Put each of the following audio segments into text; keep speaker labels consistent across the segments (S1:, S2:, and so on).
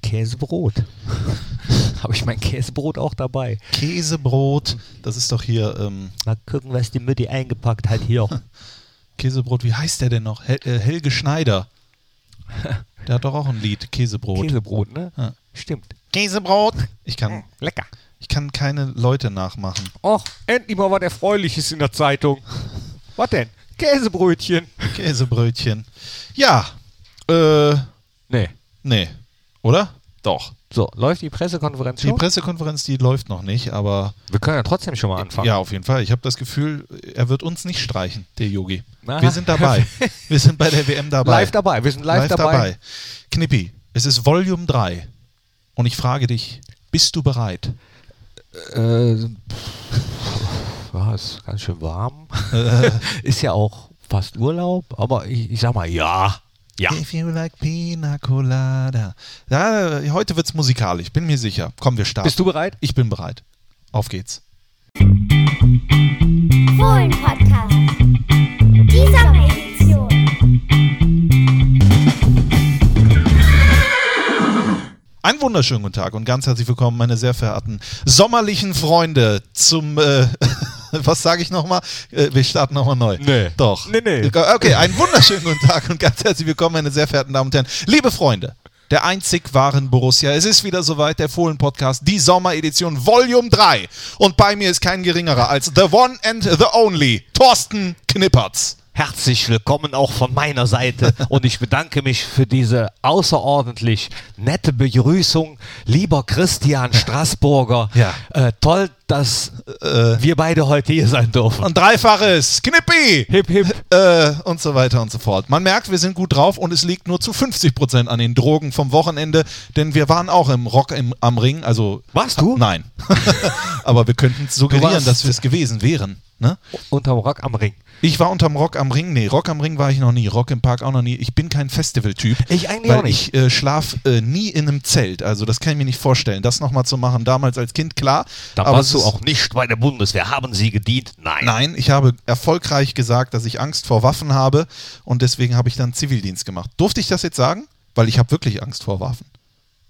S1: Käsebrot. Habe ich mein Käsebrot auch dabei.
S2: Käsebrot, das ist doch hier ähm,
S1: Mal gucken, was die Mütti eingepackt hat hier.
S2: Käsebrot, wie heißt der denn noch? Hel äh, Helge Schneider. Der hat doch auch ein Lied, Käsebrot.
S1: Käsebrot, ne?
S2: Ja.
S1: Stimmt.
S2: Käsebrot! Ich kann,
S1: Lecker.
S2: ich kann keine Leute nachmachen.
S1: Och, endlich mal was Erfreuliches in der Zeitung. Was denn? Käsebrötchen.
S2: Käsebrötchen. Ja, äh,
S1: Nee.
S2: nee. Oder? Doch.
S1: So, läuft die Pressekonferenz
S2: Die
S1: schon?
S2: Pressekonferenz, die läuft noch nicht, aber
S1: Wir können ja trotzdem schon mal anfangen.
S2: ja, auf jeden Fall. Ich habe das Gefühl, er wird uns nicht streichen, der Yogi.
S1: Aha.
S2: Wir sind dabei. Wir sind bei der WM dabei.
S1: Live dabei. Wir sind live, dabei.
S2: Knippi, es ist Volume 3. Und ich frage dich, bist du bereit?
S1: Äh, pff, ja, ist ganz schön warm. ist ja auch fast Urlaub, aber ich, ich sag mal ja. Ja.
S2: If you like Pina Colada. Ja, heute wird's musikalisch, bin mir sicher. Komm, wir starten.
S1: Bist du bereit?
S2: ich bin bereit. Auf geht's.
S3: Fohlen-Podcast. Die Sommeredition.
S2: Einen wunderschönen guten Tag und ganz herzlich willkommen, meine sehr verehrten sommerlichen Freunde, zum, äh, was sage ich nochmal? Äh, wir starten nochmal neu.
S1: Nee.
S2: Doch.
S1: Nee, nee.
S2: Okay, einen wunderschönen guten Tag und ganz herzlich willkommen, meine sehr verehrten Damen und Herren. Liebe Freunde, der einzig wahren Borussia. Es ist wieder soweit, der Fohlen-Podcast, die Sommeredition Volume 3. Und bei mir ist kein geringerer als the one and the only, Thorsten Knippertz.
S1: Herzlich willkommen auch von meiner Seite und ich bedanke mich für diese außerordentlich nette Begrüßung. Lieber Christian Straßburger,
S2: Ja.
S1: äh, toll, dass wir beide heute hier sein dürfen.
S2: Und Äh, dreifaches Knippi!
S1: Hip, hip.
S2: äh, und so weiter und so fort. Man merkt, wir sind gut drauf und es liegt nur zu 50 Prozent an den Drogen vom Wochenende, denn wir waren auch im Rock im, am Ring. Also
S1: Warst du?
S2: Nein, aber wir könnten
S1: Du
S2: suggerieren,
S1: warst-
S2: dass wir es gewesen wären. Ne?
S1: Unterm Rock am Ring.
S2: Ich war unterm Rock am Ring. Nee, Rock am Ring war ich noch nie. Rock im Park auch noch nie. Ich bin kein Festivaltyp.
S1: Ich eigentlich
S2: weil
S1: auch nicht.
S2: Ich äh, schlaf äh, nie in einem Zelt. Also das kann ich mir nicht vorstellen. Das nochmal zu machen, damals als Kind, klar.
S1: Da
S2: aber
S1: warst
S2: es
S1: du
S2: ist-
S1: auch nicht bei der Bundeswehr. Haben sie gedient? Nein.
S2: Nein, ich habe erfolgreich gesagt, dass ich Angst vor Waffen habe und deswegen habe ich dann Zivildienst gemacht. Durfte ich das jetzt sagen? Weil ich habe wirklich Angst vor Waffen.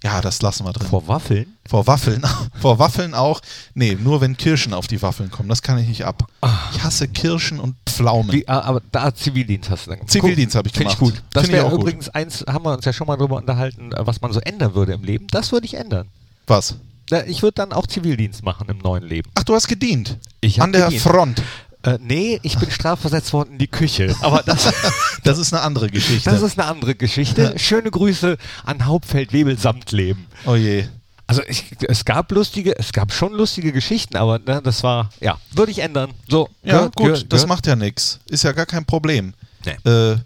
S2: Ja, das lassen wir drin. Vor,
S1: Vor Waffeln?
S2: Waffeln, vor Waffeln auch. Nee, nur wenn Kirschen auf die Waffeln kommen, das kann ich nicht ab.
S1: Ah.
S2: Ich hasse Kirschen und Pflaumen.
S1: Wie, äh, aber da Zivildienst hast du dann gemacht.
S2: Zivildienst habe ich
S1: Finde ich
S2: gemacht.
S1: gut. Das
S2: Finde ich
S1: wäre
S2: auch gut.
S1: übrigens eins, haben wir uns ja schon mal drüber unterhalten, äh, was man so ändern würde im Leben. Das würde ich ändern.
S2: Was?
S1: Na, Ich würde dann auch Zivildienst machen im neuen Leben.
S2: Ach, du hast gedient.
S1: Ich hab
S2: An der
S1: gedient.
S2: Front.
S1: Äh, nee, ich bin strafversetzt worden in die Küche. Aber das,
S2: Das ist eine andere Geschichte.
S1: das ist eine andere Geschichte. Schöne Grüße an Hauptfeldwebel Samtleben.
S2: oh je.
S1: Also ich, es gab lustige, es gab schon lustige Geschichten, aber ne, das war, ja, würde ich ändern. So,
S2: Ja,
S1: gehört-
S2: gut,
S1: gehört-
S2: das
S1: gehört-
S2: macht ja nichts. Ist ja gar kein Problem.
S1: Nee.
S2: Äh,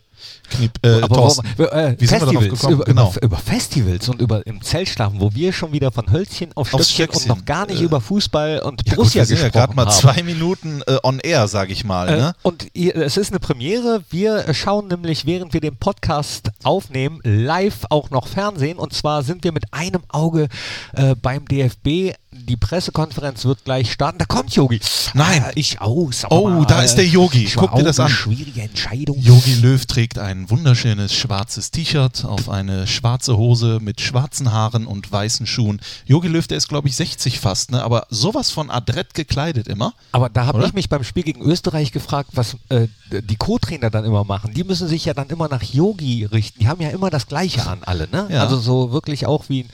S2: Kniep, äh,
S1: Aber
S2: Thorsten,
S1: warum- äh,
S2: wie sind wir
S1: Festivals,
S2: darauf gekommen?
S1: Über,
S2: genau.
S1: über, über Festivals und über im Zelt schlafen, wo wir schon wieder von Hölzchen auf
S2: Auf
S1: Stöckchen,
S2: Stöckchen,
S1: und noch gar nicht
S2: äh,
S1: über Fußball und
S2: Ja, gut,
S1: Borussia
S2: wir sind ja
S1: gesprochen
S2: gerade mal
S1: haben.
S2: zwei Minuten äh, on air, sag ich mal.
S1: Äh,
S2: ne?
S1: Und ihr, es ist eine Premiere. Wir äh, schauen nämlich, während wir den Podcast aufnehmen, live auch noch Fernsehen. Und zwar sind wir mit einem Auge äh, beim DFB. Die Pressekonferenz wird gleich starten. Da kommt Yogi.
S2: Nein.
S1: Ah, ich auch. sag
S2: Oh,
S1: mal,
S2: da ist der Yogi.
S1: ich
S2: Guck
S1: war
S2: dir
S1: auch
S2: das
S1: eine
S2: an.
S1: Schwierige Entscheidung.
S2: Yogi Löw trägt ein wunderschönes schwarzes T-Shirt auf eine schwarze Hose mit schwarzen Haaren und weißen Schuhen. Yogi Löw, der ist, glaube ich, 60 fast, ne? aber sowas von adrett gekleidet immer.
S1: Aber da habe
S2: Oder?
S1: ich mich beim Spiel gegen Österreich gefragt, was äh, die Co-Trainer dann immer machen. Die müssen sich ja dann immer nach Yogi richten. Die haben ja immer das Gleiche an, alle. Ne?
S2: Ja.
S1: Also so wirklich auch wie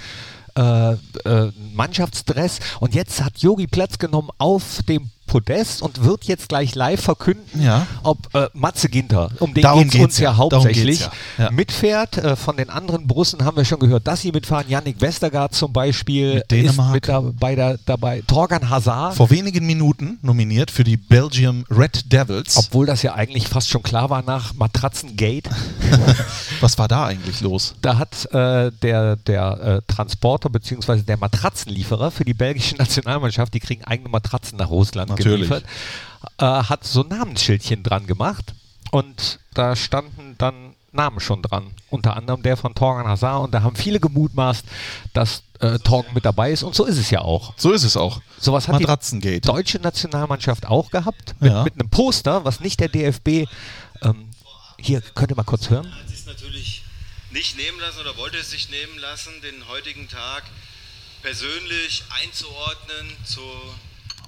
S1: ein äh, äh, Mannschaftsdress. Und jetzt hat Yogi Platz genommen auf dem Podest und wird jetzt gleich live verkünden,
S2: Ja.
S1: ob äh, Matze Ginter, um den
S2: Darum
S1: geht es
S2: geht's
S1: uns ja,
S2: ja. Darum
S1: hauptsächlich,
S2: geht's ja. Ja.
S1: mitfährt. Äh, von den anderen Brussen haben wir schon gehört, dass sie mitfahren. Yannick Westergaard zum Beispiel
S2: Mit Dänemark.
S1: ist mit dabei, da, dabei. Torgan Hazard.
S2: Vor wenigen Minuten nominiert für die Belgium Red Devils.
S1: Obwohl das ja eigentlich fast schon klar war nach Matratzengate.
S2: Was war da eigentlich los?
S1: Da hat äh, der, der äh, Transporter bzw. der Matratzenlieferer für die belgische Nationalmannschaft, die kriegen eigene Matratzen nach Russland
S2: Natürlich.
S1: geliefert, äh, hat so ein Namensschildchen dran gemacht und da standen dann Namen schon dran. Unter anderem der von Torgan Hazard und da haben viele gemutmaßt, dass äh, Torgan mit dabei ist und so ist es ja auch.
S2: So ist es auch.
S1: Sowas hat die
S2: Matratzengate.
S1: deutsche Nationalmannschaft auch gehabt, mit,
S2: Ja.
S1: mit einem Poster, was nicht der DFB. Ähm, hier, könnt ihr mal kurz hören?
S4: Es ist natürlich nicht nehmen lassen oder wollte es sich nehmen lassen, den heutigen Tag persönlich einzuordnen zur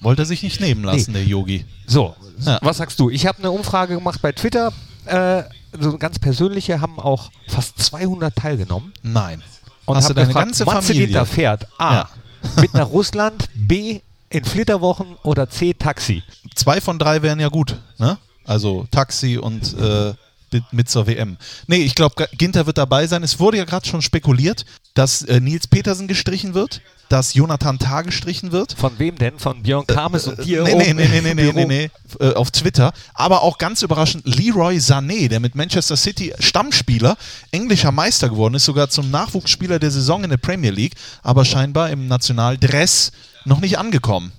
S2: Wollte er sich nicht nehmen lassen, der Yogi.
S1: So,
S2: Ja.
S1: was sagst du? Ich habe eine Umfrage gemacht bei Twitter. Äh, so eine ganz persönliche haben auch fast 200 teilgenommen.
S2: Nein.
S1: Und
S2: Hast
S1: hab
S2: du deine
S1: gefragt,
S2: ganze
S1: Matze
S2: Familie?
S1: Dieter fährt A.
S2: Ja.
S1: Mit nach Russland, B. In Flitterwochen oder C. Taxi.
S2: Zwei von drei wären ja gut, ne? Also Taxi und äh, mit- mit zur WM. Nee, ich glaube, Ginter wird dabei sein. Es wurde ja gerade schon spekuliert, dass äh, Nils Petersen gestrichen wird, dass Jonathan Tah gestrichen wird.
S1: Von wem denn? Von Björn Kames und dir?
S2: Äh, Nee, nee,
S1: oben
S2: nee, nee, nee,
S1: im
S2: nee,
S1: Büro?
S2: nee, nee. F- äh, auf Twitter. Aber auch ganz überraschend Leroy Sané, der mit Manchester City Stammspieler, englischer Meister geworden ist, sogar zum Nachwuchsspieler der Saison in der Premier League, aber scheinbar im Nationaldress noch nicht angekommen.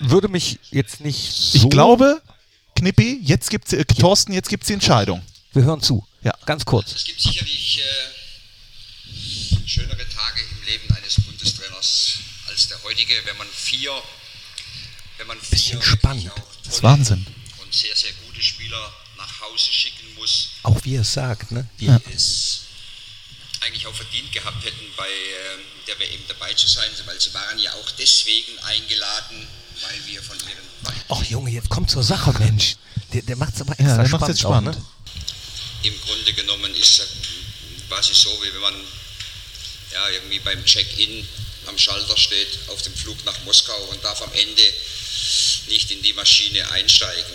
S1: Würde mich jetzt nicht so...
S2: Ich glaube, Knippi, jetzt gibt's, äh, Thorsten, jetzt gibt's die Entscheidung.
S1: Wir hören zu.
S2: Ja.
S1: Ganz kurz.
S5: Es gibt sicherlich äh, schönere Tage im Leben eines Bundestrainers als der heutige, wenn man vier, wenn man
S1: Bisschen
S5: vier
S1: spannend.
S5: wirklich auch
S2: Das ist
S5: tolle
S2: Wahnsinn.
S5: und sehr sehr gute Spieler nach Hause schicken muss,
S1: Auch wie er es sagt, ne?
S5: die es eigentlich auch verdient gehabt hätten, bei ähm, der WM dabei zu sein, weil sie waren ja auch deswegen eingeladen, weil wir von ihren
S1: Och Junge, jetzt kommt zur Sache, Mensch. Der, der macht es aber
S2: Ja,
S1: extra
S2: der
S1: spannend.
S2: macht's jetzt
S1: auch,
S2: spannend.
S1: ne?
S5: im Grunde genommen ist das quasi so, wie wenn man ja, irgendwie beim Check-in am Schalter steht auf dem Flug nach Moskau und darf am Ende nicht in die Maschine einsteigen.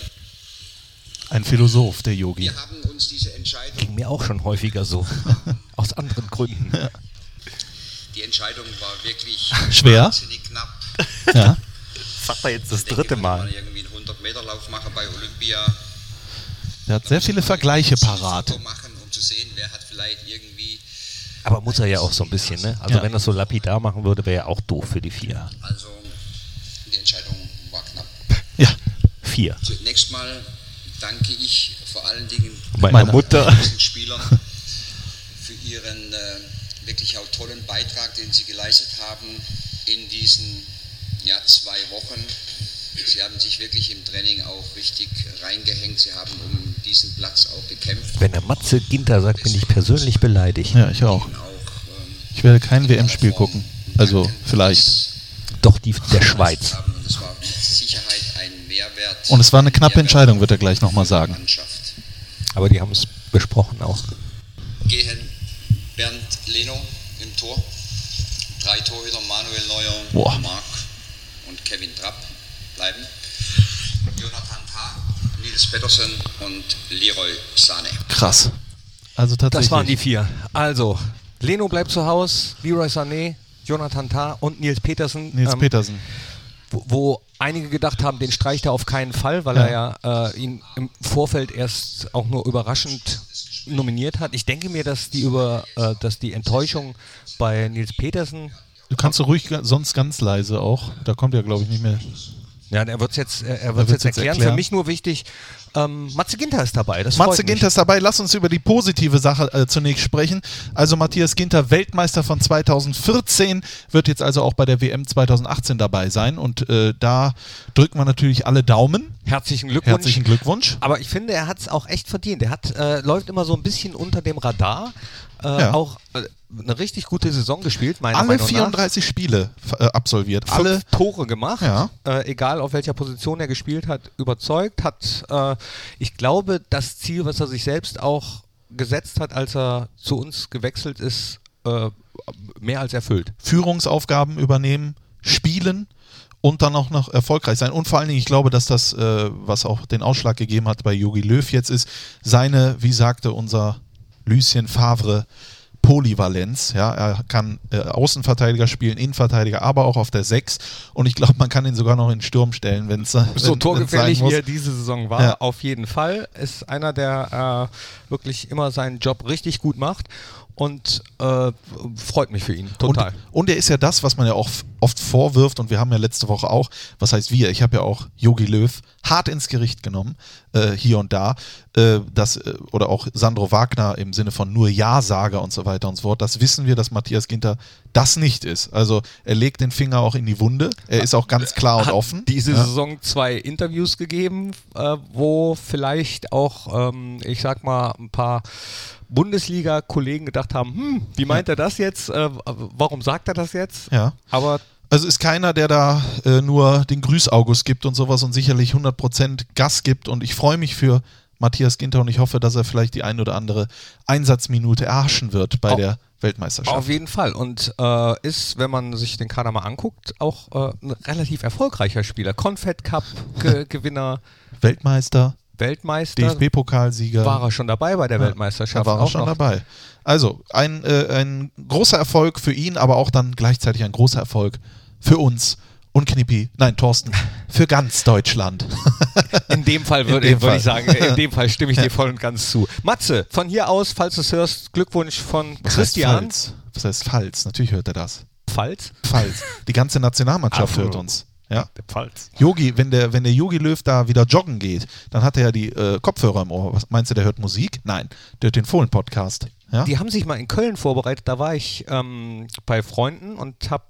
S2: Ein Philosoph, der Yogi.
S5: Wir haben uns diese Entscheidung,
S1: Ging mir auch schon häufiger so. Aus anderen Gründen.
S5: die Entscheidung war wirklich
S2: Schwer.
S5: wahnsinnig knapp.
S2: Ja.
S1: Sagt er jetzt das
S5: Ich denke, würde man irgendwie einen 100-Meter-Lauf machen bei Olympia.
S2: Der hat sehr viele Vergleiche parat.
S5: Foto machen, um zu sehen, wer hat vielleicht irgendwie
S1: Aber muss er ja auch so ein bisschen, ne? Also
S2: Ja.
S1: wenn das so lapidar machen würde, wäre ja auch doof für die vier.
S5: also die Entscheidung war knapp.
S2: Ja,
S1: Vier.
S5: Zunächst mal danke ich vor allen Dingen
S1: Meiner
S2: Meiner.
S1: Mutter.
S5: diesen Spielern für ihren äh, wirklich auch tollen Beitrag, den sie geleistet haben in diesen ja, zwei Wochen. Sie haben sich wirklich im Training auch richtig reingehängt. Sie haben um diesen Platz auch gekämpft.
S1: Wenn der Matze Ginter sagt, bin ich persönlich beleidigt.
S2: ja, ich auch.
S5: Und Auch, ähm,
S2: Ich werde kein
S5: in aller
S2: WM-Spiel
S5: Form
S2: gucken. Also
S5: danken,
S2: vielleicht.
S5: dass
S1: Doch die der
S5: sie geleistet
S1: Schweiz.
S5: haben. Und es war mit Sicherheit ein Mehrwert.
S2: Und es war eine knappe
S5: Mehrwert
S2: Entscheidung, wird er gleich nochmal
S5: für die
S2: sagen.
S5: Mannschaft.
S1: Aber die haben es besprochen auch.
S5: gehen Bernd Leno im Tor. Drei Torhüter Manuel Neuer,
S2: Boah.
S5: Marc und Kevin Trapp bleiben. Jonathan Tah, Nils Pettersen und Leroy Sane.
S2: Krass. Also tatsächlich.
S1: Das waren die vier. Also, Leno bleibt zu Hause, Leroy Sané, Jonathan Tah und Nils Petersen.
S2: Nils
S1: ähm,
S2: Petersen.
S1: wo, wo einige gedacht haben, den streicht er auf keinen Fall, weil er ja äh, ihn im Vorfeld erst auch nur überraschend nominiert hat. Ich denke mir, dass die über, äh, dass die Enttäuschung bei Nils Petersen,
S2: Du kannst so ruhig ga- sonst ganz leise auch. Da kommt er, glaube ich, nicht mehr.
S1: ja, er wird es jetzt, äh, er wird's
S2: wird's
S1: jetzt
S2: jetzt
S1: erklären.
S2: erklären.
S1: Für mich nur wichtig, ähm, Matze Ginter ist dabei. Das freut
S2: Matze
S1: mich.
S2: Ginter ist dabei. Lass uns über die positive Sache äh, zunächst sprechen. Also Matthias Ginter, Weltmeister von 2014, wird jetzt also auch bei der WM 2018 dabei sein. Und äh, da drücken wir natürlich alle Daumen.
S1: Herzlichen Glückwunsch.
S2: Herzlichen Glückwunsch.
S1: Aber ich finde, er hat es auch echt verdient. Er hat, äh, läuft immer so ein bisschen unter dem Radar. Äh,
S2: Ja.
S1: Auch äh, eine richtig gute Saison gespielt, meiner
S2: Alle
S1: Meinung nach.
S2: 34 Spiele f- äh, absolviert. Alle
S1: fünf Tore gemacht,
S2: Ja.
S1: äh, egal auf welcher Position er gespielt hat, überzeugt, hat, äh, ich glaube, das Ziel, was er sich selbst auch gesetzt hat, als er zu uns gewechselt ist, äh, mehr als erfüllt.
S2: Führungsaufgaben übernehmen, spielen und dann auch noch erfolgreich sein. Und vor allen Dingen, ich glaube, dass das, äh, was auch den Ausschlag gegeben hat bei Jogi Löw jetzt ist, seine, wie sagte unser Lucien Favre, Polyvalenz. Ja, er kann äh, Außenverteidiger spielen, Innenverteidiger, aber auch auf der Sechs. Und ich glaube, man kann ihn sogar noch in den Sturm stellen, wenn es
S1: So torgefährlich wie
S2: muss.
S1: er diese Saison war,
S2: Ja.
S1: auf jeden Fall. Ist einer, der äh, wirklich immer seinen Job richtig gut macht und äh, freut mich für ihn, total.
S2: Und, und er ist ja das, was man ja auch f- oft vorwirft, und wir haben ja letzte Woche auch, was heißt wir, ich habe ja auch Yogi Löw hart ins Gericht genommen, äh, hier und da, äh, das, äh, oder auch Sandro Wagner im Sinne von nur Ja-Sager und so weiter und so fort, das wissen wir, dass Matthias Ginter das nicht ist. Also er legt den Finger auch in die Wunde, er ist auch ganz klar und
S1: Hat
S2: offen.
S1: Diese
S2: ja.
S1: Saison zwei Interviews gegeben, äh, wo vielleicht auch, ähm, ich sag mal, ein paar Bundesliga-Kollegen gedacht haben, hm, wie meint er das jetzt? Äh, warum sagt er das jetzt?
S2: Ja.
S1: Aber
S2: Also ist keiner, der da äh, nur den Grüß-August gibt und sowas und sicherlich 100% Gas gibt. Und ich freue mich für Matthias Ginter und ich hoffe, dass er vielleicht die ein oder andere Einsatzminute erhaschen wird bei
S1: Au-
S2: der Weltmeisterschaft.
S1: Auf jeden Fall. Und äh, ist, wenn man sich den Kader mal anguckt, auch äh, ein relativ erfolgreicher Spieler. Confed Cup-Gewinner,
S2: Weltmeister,
S1: Weltmeister.
S2: DFB-Pokalsieger.
S1: war er schon dabei bei der Weltmeisterschaft.
S2: Da war er
S1: auch
S2: schon
S1: noch.
S2: dabei. Also ein, äh, ein großer Erfolg für ihn, aber auch dann gleichzeitig ein großer Erfolg für uns und Knippi, nein, Thorsten, für ganz Deutschland.
S1: In dem Fall würde
S2: dem
S1: würde ich
S2: Fall.
S1: sagen, äh, in dem Fall stimme ich dir voll und ganz zu. Matze, von hier aus, falls du es hörst, Glückwunsch von
S2: Was
S1: Christian.
S2: Heißt Pfalz? Was heißt Pfalz? Natürlich hört er das.
S1: Pfalz?
S2: Pfalz. Die ganze Nationalmannschaft
S1: Afro.
S2: hört uns. Ja.
S1: Pfalz.
S2: Yogi, wenn der, wenn der Yogi Löw da wieder joggen geht, dann hat er ja die äh, Kopfhörer im Ohr. Was meinst du, der hört Musik? Nein, der hört den Fohlen-Podcast. Ja?
S1: Die haben sich mal in Köln vorbereitet. Da war ich ähm, bei Freunden und habe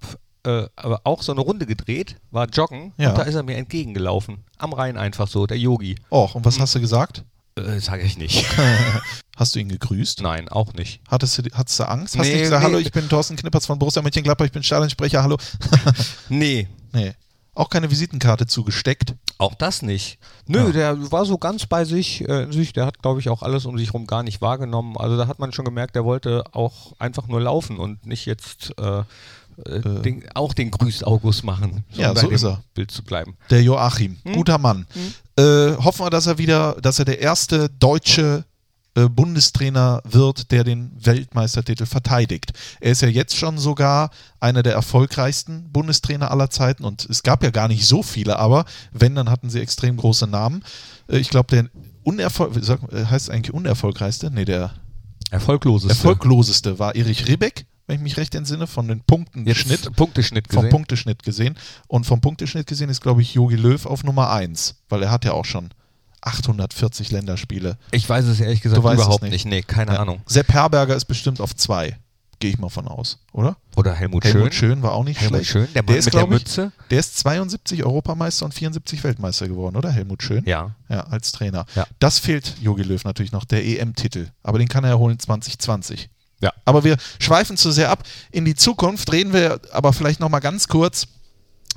S1: äh, aber auch so eine Runde gedreht, war joggen
S2: Ja.
S1: und da ist er mir entgegengelaufen. Am Rhein einfach so, der Yogi.
S2: Och, und was hast du gesagt?
S1: Äh, Sage ich nicht.
S2: Hast du ihn gegrüßt?
S1: Nein, auch nicht.
S2: Hattest du, hattest du Angst? Hast du
S1: Nee,
S2: nicht gesagt,
S1: nee.
S2: hallo, ich bin Thorsten Knippertz von Borussia Mönchengladbach, ich bin Stadionsprecher, hallo?
S1: Nee,
S2: nee, auch keine Visitenkarte zugesteckt.
S1: auch das nicht. Nö, der war so ganz bei sich, äh, in sich. Der hat, glaube ich, auch alles um sich rum gar nicht wahrgenommen. Also da hat man schon gemerkt, der wollte auch einfach nur laufen und nicht jetzt äh, äh, den, auch den Grüß August machen.
S2: Ja,
S1: um bei
S2: so
S1: dem
S2: ist er.
S1: Bild zu bleiben.
S2: Der Joachim, guter Mann. Äh, hoffen wir, dass er wieder, dass er der erste deutsche äh, Bundestrainer wird, der den Weltmeistertitel verteidigt. Er ist ja jetzt schon sogar einer der erfolgreichsten Bundestrainer aller Zeiten und es gab ja gar nicht so viele, aber wenn, dann hatten sie extrem große Namen. Äh, ich glaube, der unerfolg sag- äh, heißt es eigentlich unerfolgreichste? Nee, der
S1: Erfolgloses.
S2: erfolgloseste war Erich Ribbeck, wenn ich mich recht entsinne, von den Punkten
S1: Jetzt
S2: Schnitt.
S1: Punkteschnitt
S2: Vom
S1: gesehen.
S2: Punkteschnitt gesehen. Und vom Punkteschnitt gesehen ist, glaube ich, Jogi Löw auf Nummer 1, weil er hat ja auch schon 840 Länderspiele.
S1: Ich weiß es ehrlich gesagt
S2: Du weißt es
S1: überhaupt
S2: nicht.
S1: nicht. Nee, keine
S2: Ja.
S1: Ahnung.
S2: Sepp Herberger ist bestimmt auf 2, gehe ich mal von aus, oder?
S1: Oder Helmut,
S2: Helmut
S1: Schön.
S2: Schön, war auch nicht
S1: Helmut
S2: schlecht.
S1: Schön, der Mann mit der
S2: glaub ich,
S1: Mütze.
S2: Der ist 72 Europameister und 74 Weltmeister geworden, oder Helmut Schön?
S1: Ja.
S2: Ja, als Trainer.
S1: Ja.
S2: Das fehlt Jogi Löw natürlich noch, der EM-Titel. Aber den kann er erholen 2020.
S1: Ja.
S2: Aber wir schweifen zu sehr ab. In die Zukunft reden wir aber vielleicht nochmal ganz kurz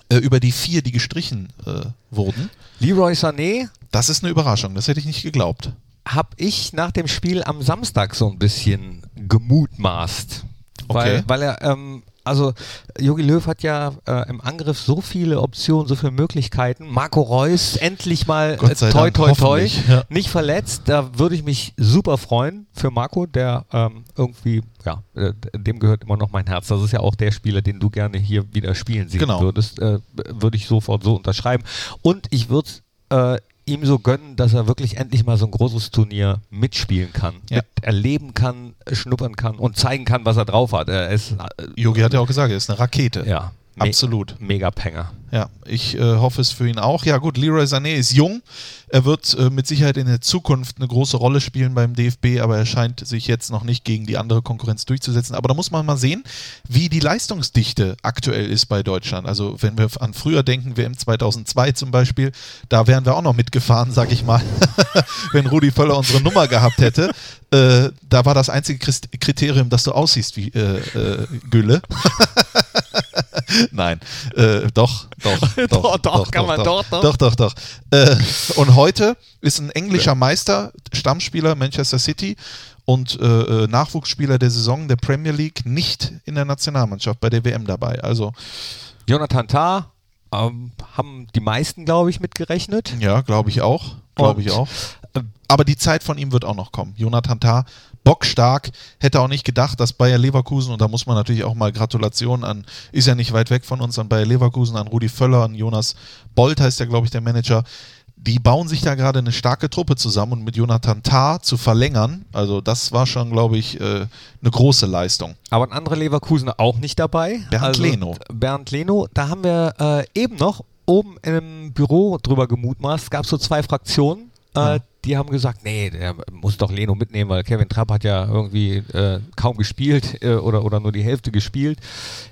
S2: äh, über die vier, die gestrichen äh, wurden.
S1: Leroy Sané
S2: Das ist eine Überraschung, das hätte ich nicht geglaubt.
S1: habe ich nach dem Spiel am Samstag so ein bisschen gemutmaßt. Weil,
S2: Okay.
S1: weil er, ähm, also Jogi Löw hat ja äh, im Angriff so viele Optionen, so viele Möglichkeiten. Marco Reus endlich mal
S2: Gott
S1: äh,
S2: sei
S1: toi
S2: Dank,
S1: toi toi,
S2: hoffentlich, ja.
S1: nicht verletzt. Da würde ich mich super freuen für Marco, der ähm, irgendwie, ja, äh, dem gehört immer noch mein Herz. Das ist ja auch der Spieler, den du gerne hier wieder spielen sehen
S2: Genau.
S1: würdest würdest, äh, würde ich sofort so unterschreiben. Und ich würde äh, ihm so gönnen, dass er wirklich endlich mal so ein großes Turnier mitspielen kann,
S2: Ja.
S1: mit erleben kann, schnuppern kann und zeigen kann, was er drauf hat. Er ist äh,
S2: Jogi hat ja auch gesagt, er ist eine Rakete.
S1: ja me-
S2: Absolut.
S1: mega Pänger.
S2: Ja, ich äh, hoffe es für ihn auch. Ja, gut, Leroy Sané ist jung. Er wird äh, mit Sicherheit in der Zukunft eine große Rolle spielen beim DFB, aber er scheint sich jetzt noch nicht gegen die andere Konkurrenz durchzusetzen. Aber da muss man mal sehen, wie die Leistungsdichte aktuell ist bei Deutschland. Also, wenn wir an früher denken, WM 2002 zum Beispiel, da wären wir auch noch mitgefahren, sag ich mal, wenn Rudi Völler unsere Nummer gehabt hätte. Äh, da war das einzige Christ Kriterium, dass du aussiehst wie äh, äh, Gülle. Nein, äh, doch, doch, doch,
S1: Doch, doch, kann man, doch, doch.
S2: doch, doch, doch. Äh, und heute ist ein englischer Meister, Stammspieler Manchester City und äh, äh, Nachwuchsspieler der Saison der Premier League nicht in der Nationalmannschaft bei der WM dabei. Also,
S1: Jonathan Tah ähm, haben die meisten, glaube ich, mitgerechnet.
S2: ja, glaube ich auch, glaube ich
S1: Und,
S2: auch. Aber die Zeit von ihm wird auch noch kommen. Jonathan Tah, bockstark, hätte auch nicht gedacht, dass Bayer Leverkusen, und da muss man natürlich auch mal Gratulation an, ist ja nicht weit weg von uns, an Bayer Leverkusen, an Rudi Völler, an Jonas Bolt heißt ja, glaube ich, der Manager, die bauen sich da gerade eine starke Truppe zusammen und mit Jonathan Tah zu verlängern, also das war schon, glaube ich, äh, eine große Leistung.
S1: Aber ein anderer Leverkusener auch nicht dabei. Also,
S2: Bernd Leno.
S1: Bernd Leno, da haben wir äh, eben noch oben im Büro drüber gemutmaßt. Es gab so zwei Fraktionen, äh, die haben gesagt, nee, der muss doch Leno mitnehmen, weil Kevin Trapp hat ja irgendwie äh, kaum gespielt äh, oder, oder nur die Hälfte gespielt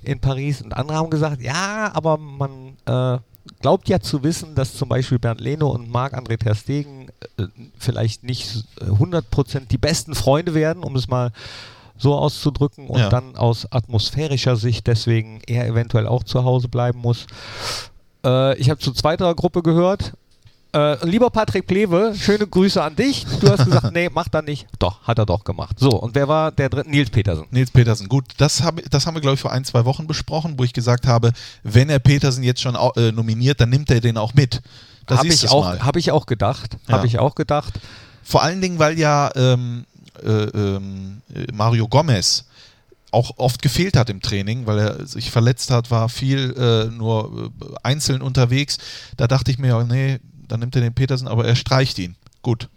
S1: in Paris. Und andere haben gesagt, ja, aber man äh, glaubt ja zu wissen, dass zum Beispiel Bernd Leno und Marc-André Ter Stegen äh, vielleicht nicht äh, 100% die besten Freunde werden, um es mal so auszudrücken und
S2: Ja.
S1: dann aus atmosphärischer Sicht deswegen er eventuell auch zu Hause bleiben muss. Äh, ich habe zu zweiter Gruppe gehört. Äh, lieber Patrick Plewe, schöne Grüße an dich. Du hast gesagt, nee, macht er nicht. Doch, hat er doch gemacht. So, und wer war der dritte? Nils Petersen.
S2: Nils Petersen, gut, das, hab, das haben wir, glaube ich, vor ein, zwei Wochen besprochen, wo ich gesagt habe, wenn er Petersen jetzt schon au- äh, nominiert, dann nimmt er den auch mit. Da
S1: Habe
S2: siehst
S1: ich,
S2: du's
S1: auch-
S2: mal.
S1: hab ich auch gedacht.
S2: Ja.
S1: Habe ich auch gedacht.
S2: Vor allen Dingen, weil ja ähm, äh, ähm, äh, Mario Gomez auch oft gefehlt hat im Training, weil er sich verletzt hat, war viel äh, nur äh, einzeln unterwegs. Da dachte ich mir, ja, nee, dann nimmt er den Petersen, aber er streicht ihn. Gut.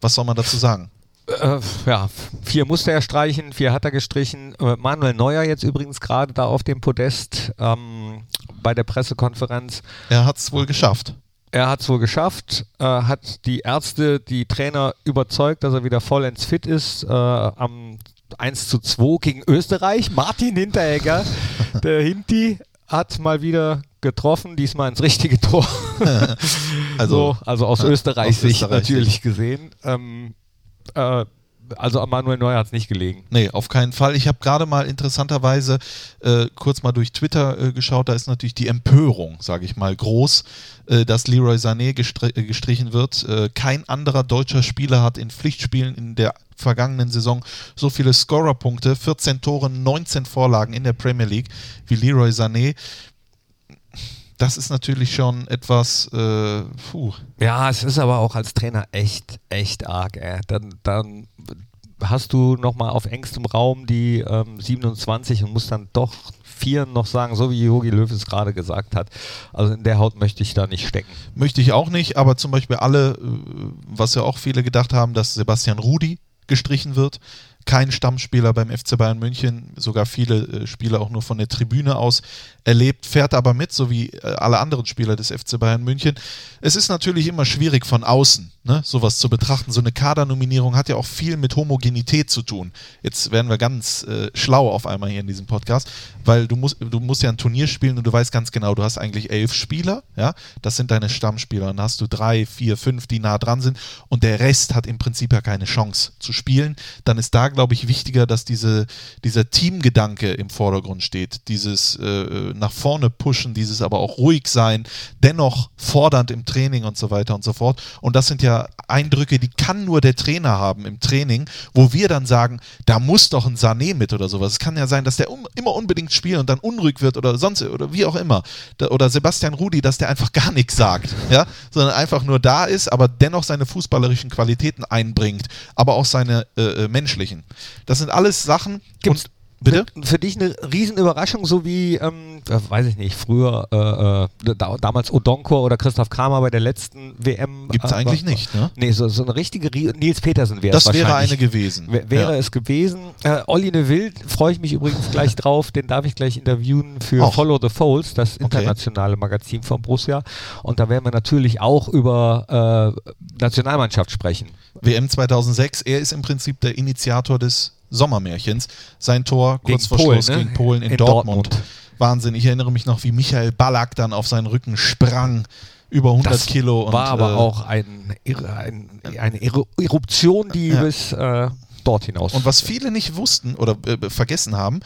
S2: Was soll man dazu sagen?
S1: Äh, ja, vier musste er streichen, vier hat er gestrichen. Äh, Manuel Neuer jetzt übrigens gerade da auf dem Podest ähm, bei der Pressekonferenz.
S2: Er hat es wohl geschafft.
S1: Er hat es wohl geschafft, äh, hat die Ärzte, die Trainer überzeugt, dass er wieder vollends fit ist. Äh, am 1 zu 2 gegen Österreich. Martin Hinteregger, der Hinti, hat mal wieder getroffen, diesmal ins richtige Tor.
S2: Also,
S1: so, also aus
S2: ja,
S1: Österreichs
S2: aus
S1: Sicht
S2: Österreichs
S1: natürlich gesehen. Ähm, äh, also an Manuel Neuer hat es nicht gelegen.
S2: Hm. Nee, auf keinen Fall. Ich habe gerade mal interessanterweise äh, kurz mal durch Twitter äh, geschaut. Da ist natürlich die Empörung, sage ich mal, groß, äh, dass Leroy Sané gestri äh, gestrichen wird. Äh, kein anderer deutscher Spieler hat in Pflichtspielen in der vergangenen Saison so viele Scorerpunkte, 14 Tore, 19 Vorlagen in der Premier League wie Leroy Sané. Das ist natürlich schon etwas, äh, puh,
S1: Ja, es ist aber auch als Trainer echt, echt arg. Ey. Dann, dann hast du nochmal auf engstem Raum die ähm, 27 und musst dann doch vier noch sagen, so wie Jogi Löw es gerade gesagt hat. Also in der Haut möchte ich da nicht stecken.
S2: Möchte ich auch nicht, aber zum Beispiel alle, äh, was ja auch viele gedacht haben, dass Sebastian Rudi gestrichen wird. Kein Stammspieler beim FC Bayern München, sogar viele äh, Spieler auch nur von der Tribüne aus erlebt, fährt aber mit, so wie äh, alle anderen Spieler des FC Bayern München. Es ist natürlich immer schwierig von außen, ne, sowas zu betrachten. So eine Kadernominierung hat ja auch viel mit Homogenität zu tun. Jetzt werden wir ganz äh, schlau auf einmal hier in diesem Podcast, weil du musst, du musst ja ein Turnier spielen und du weißt ganz genau, du hast eigentlich elf Spieler, ja, das sind deine Stammspieler. Und dann hast du drei, vier, fünf, die nah dran sind und der Rest hat im Prinzip ja keine Chance zu spielen. Dann ist da, glaube ich, wichtiger, dass diese, dieser Teamgedanke im Vordergrund steht. Dieses äh, nach vorne pushen, dieses aber auch ruhig sein, dennoch fordernd im Training und so weiter und so fort. Und das sind ja Eindrücke, die kann nur der Trainer haben im Training, wo wir dann sagen, da muss doch ein Sané mit oder sowas. Es kann ja sein, dass der um, immer unbedingt spielt und dann unruhig wird oder sonst oder wie auch immer. Da, oder Sebastian Rudi, dass der einfach gar nichts sagt, ja, sondern einfach nur da ist, aber dennoch seine fußballerischen Qualitäten einbringt, aber auch seine äh, äh, menschlichen. Das sind alles Sachen.
S1: Gibt's-
S2: und bitte?
S1: Für, für dich eine Riesenüberraschung, so wie, ähm, äh, weiß ich nicht, früher, äh, äh, da, damals Odonkor oder Christoph Kramer bei der letzten WM.
S2: Gibt's
S1: äh,
S2: eigentlich
S1: war-
S2: nicht, ne?
S1: Nee, so, so eine richtige, Rie- Nils Petersen wäre
S2: Das wäre
S1: wahrscheinlich.
S2: eine gewesen.
S1: W- wäre
S2: Ja.
S1: es gewesen. Äh, Olli Neville freue ich mich übrigens gleich drauf, den darf ich gleich interviewen für
S2: Auch.
S1: Follow the Folds, das internationale Magazin von Borussia. Und da werden wir natürlich auch über äh, Nationalmannschaft sprechen.
S2: WM 2006. Er ist im Prinzip der Initiator des Sommermärchens. Sein Tor
S1: Gegen
S2: kurz vor
S1: Polen,
S2: Schluss
S1: ne?
S2: gegen Polen in,
S1: In
S2: Dortmund.
S1: Dortmund.
S2: Wahnsinn. Ich erinnere mich noch, wie Michael Ballack dann auf seinen Rücken sprang. Über 100 Kilo. und,
S1: war aber
S2: äh,
S1: auch ein, irre- ein, eine Eru- Eruption, die
S2: Ja.
S1: bis äh, dort hinaus.
S2: Und was viele nicht wussten oder äh, vergessen haben,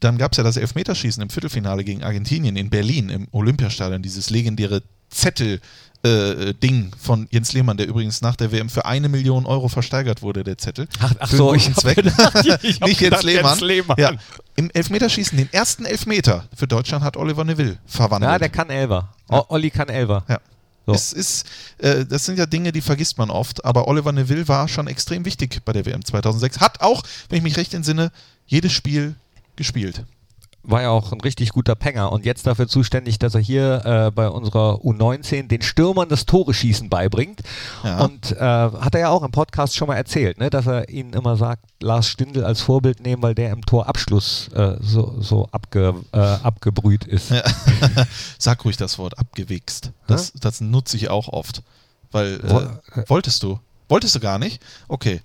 S2: dann gab es ja das Elfmeterschießen im Viertelfinale gegen Argentinien in Berlin im Olympiastadion, dieses legendäre Zettel. Äh, äh, Ding von Jens Lehmann, der übrigens nach der WM für eine Million Euro versteigert wurde, der Zettel.
S1: Ach- ach
S2: Für
S1: so,
S2: einen
S1: ich
S2: guten
S1: hab
S2: Zweck.
S1: gedacht, ich hab
S2: Nicht Jens
S1: gedacht, Jens
S2: Lehmann.
S1: Lehmann.
S2: Ja, Im Elfmeterschießen, den ersten Elfmeter für Deutschland hat Oliver Neville verwandelt.
S1: ja, der kann Elver. O Olli kann Elver.
S2: Ja.
S1: So.
S2: Es ist, äh, das sind ja Dinge, die vergisst man oft, aber Oliver Neville war schon extrem wichtig bei der WM 2006. Hat auch, wenn ich mich recht entsinne, jedes Spiel gespielt.
S1: war ja auch ein richtig guter Penger und jetzt dafür zuständig, dass er hier äh, bei unserer U19 den Stürmern das Tore-Schießen beibringt.
S2: Ja.
S1: Und äh, hat er ja auch im Podcast schon mal erzählt, ne, dass er ihnen immer sagt, Lars Stindl als Vorbild nehmen, weil der im Torabschluss äh, so, so abge, äh, abgebrüht ist.
S2: Sag ruhig das Wort, abgewichst. Das, das nutze ich auch oft. Weil,
S1: Wo-
S2: äh, wolltest du? Wolltest du gar nicht? Okay.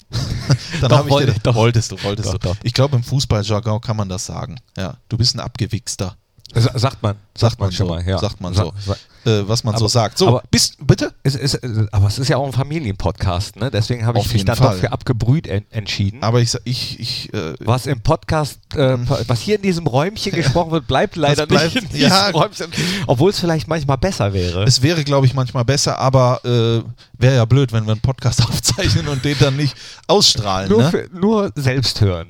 S2: Dann
S1: Doch,
S2: habe ich dir
S1: wollte- doch.
S2: Wolltest du, wolltest
S1: Doch,
S2: du.
S1: doch.
S2: Ich glaube, im Fußballjargon kann man das sagen. Ja, du bist ein Abgewichster.
S1: Sa- Sagt man, sagt, man schon
S2: so.
S1: mal. Ja.
S2: Sagt man
S1: Sa-
S2: so.
S1: sa-
S2: äh, was man so
S1: Aber-
S2: sagt. So,
S1: aber-
S2: bist, bitte?
S1: Es ist, äh, aber es ist ja auch ein Familienpodcast, ne? deswegen habe
S2: Auf
S1: ich mich
S2: jeden
S1: dann
S2: Fall.
S1: doch für abgebrüht en entschieden.
S2: Aber ich, sa- ich, ich äh,
S1: was im Podcast, äh, was hier in diesem Räumchen gesprochen wird, bleibt leider
S2: Mhm. bleibt-
S1: nicht in diesem
S2: ja.
S1: Räumchen. Obwohl es vielleicht manchmal besser wäre.
S2: Es wäre, glaube ich, manchmal besser, aber äh, wäre ja blöd, wenn wir einen Podcast aufzeichnen und den dann nicht ausstrahlen.
S1: nur,
S2: ne?
S1: für, nur selbst hören.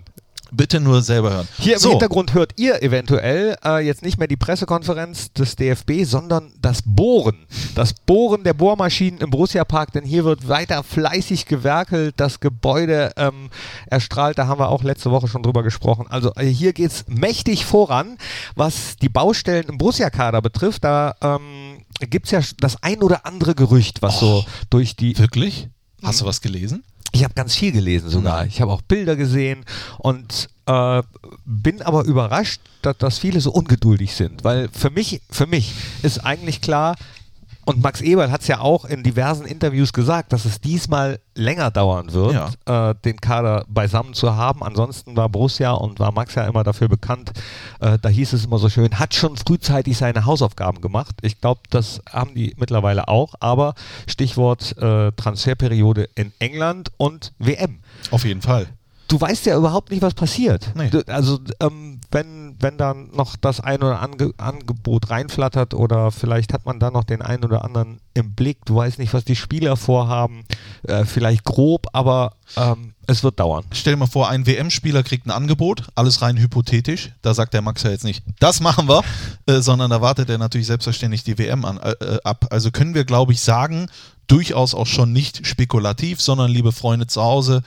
S2: Bitte nur selber hören.
S1: Hier im
S2: so,
S1: Hintergrund hört ihr eventuell äh, jetzt nicht mehr die Pressekonferenz des DFB, sondern das Bohren. Das Bohren der Bohrmaschinen im Borussia-Park, denn hier wird weiter fleißig gewerkelt. Das Gebäude ähm, erstrahlt, da haben wir auch letzte Woche schon drüber gesprochen. Also äh, hier geht es mächtig voran, was die Baustellen im Borussia-Kader betrifft. Da ähm, gibt es ja das ein oder andere Gerücht, was so durch die
S2: Wirklich? Hast
S1: Mhm.
S2: du was gelesen?
S1: ich habe ganz viel gelesen sogar. Ich habe auch Bilder gesehen und äh, bin aber überrascht, dass, dass viele so ungeduldig sind. Weil für mich, für mich ist eigentlich klar, und Max Eberl hat es ja auch in diversen Interviews gesagt, dass es diesmal länger dauern wird, äh, den Kader beisammen zu haben. Ansonsten war Borussia und war Max ja immer dafür bekannt, äh, da hieß es immer so schön, hat schon frühzeitig seine Hausaufgaben gemacht. Ich glaube, das haben die mittlerweile auch, aber Stichwort äh, Transferperiode in England und WM.
S2: Auf jeden Fall.
S1: Du weißt ja überhaupt nicht, was passiert.
S2: Nee.
S1: Du, also ähm, wenn, wenn dann noch das ein oder andere Angebot reinflattert oder vielleicht hat man da noch den einen oder anderen im Blick, du weißt nicht, was die Spieler vorhaben, äh, vielleicht grob, aber ähm, es wird dauern.
S2: Stell dir mal vor, ein WM-Spieler kriegt ein Angebot, alles rein hypothetisch. Da sagt der Max ja jetzt nicht, das machen wir, äh, sondern da wartet er natürlich selbstverständlich die WM an, äh, äh, ab. Also können wir, glaube ich, sagen, durchaus auch schon nicht spekulativ, sondern liebe Freunde zu Hause,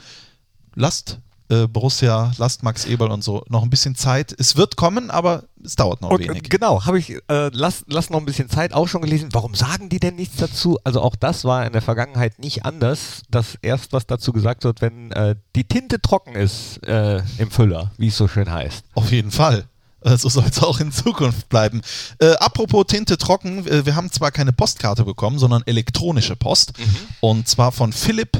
S2: lasst äh, Borussia, lasst Max Eberl und so noch ein bisschen Zeit. Es wird kommen, aber es dauert noch
S1: Und, äh,
S2: wenig.
S1: Genau, habe ich, äh, lass, lass noch ein bisschen Zeit, auch schon gelesen. Warum sagen die denn nichts dazu? Also auch das war in der Vergangenheit nicht anders, dass erst was dazu gesagt wird, wenn äh, die Tinte trocken ist äh, im Füller, wie es so schön heißt.
S2: Auf jeden Fall. Äh, So soll es auch in Zukunft bleiben. Äh, apropos Tinte trocken, äh, wir haben zwar keine Postkarte bekommen, sondern elektronische Post. Und zwar von Philipp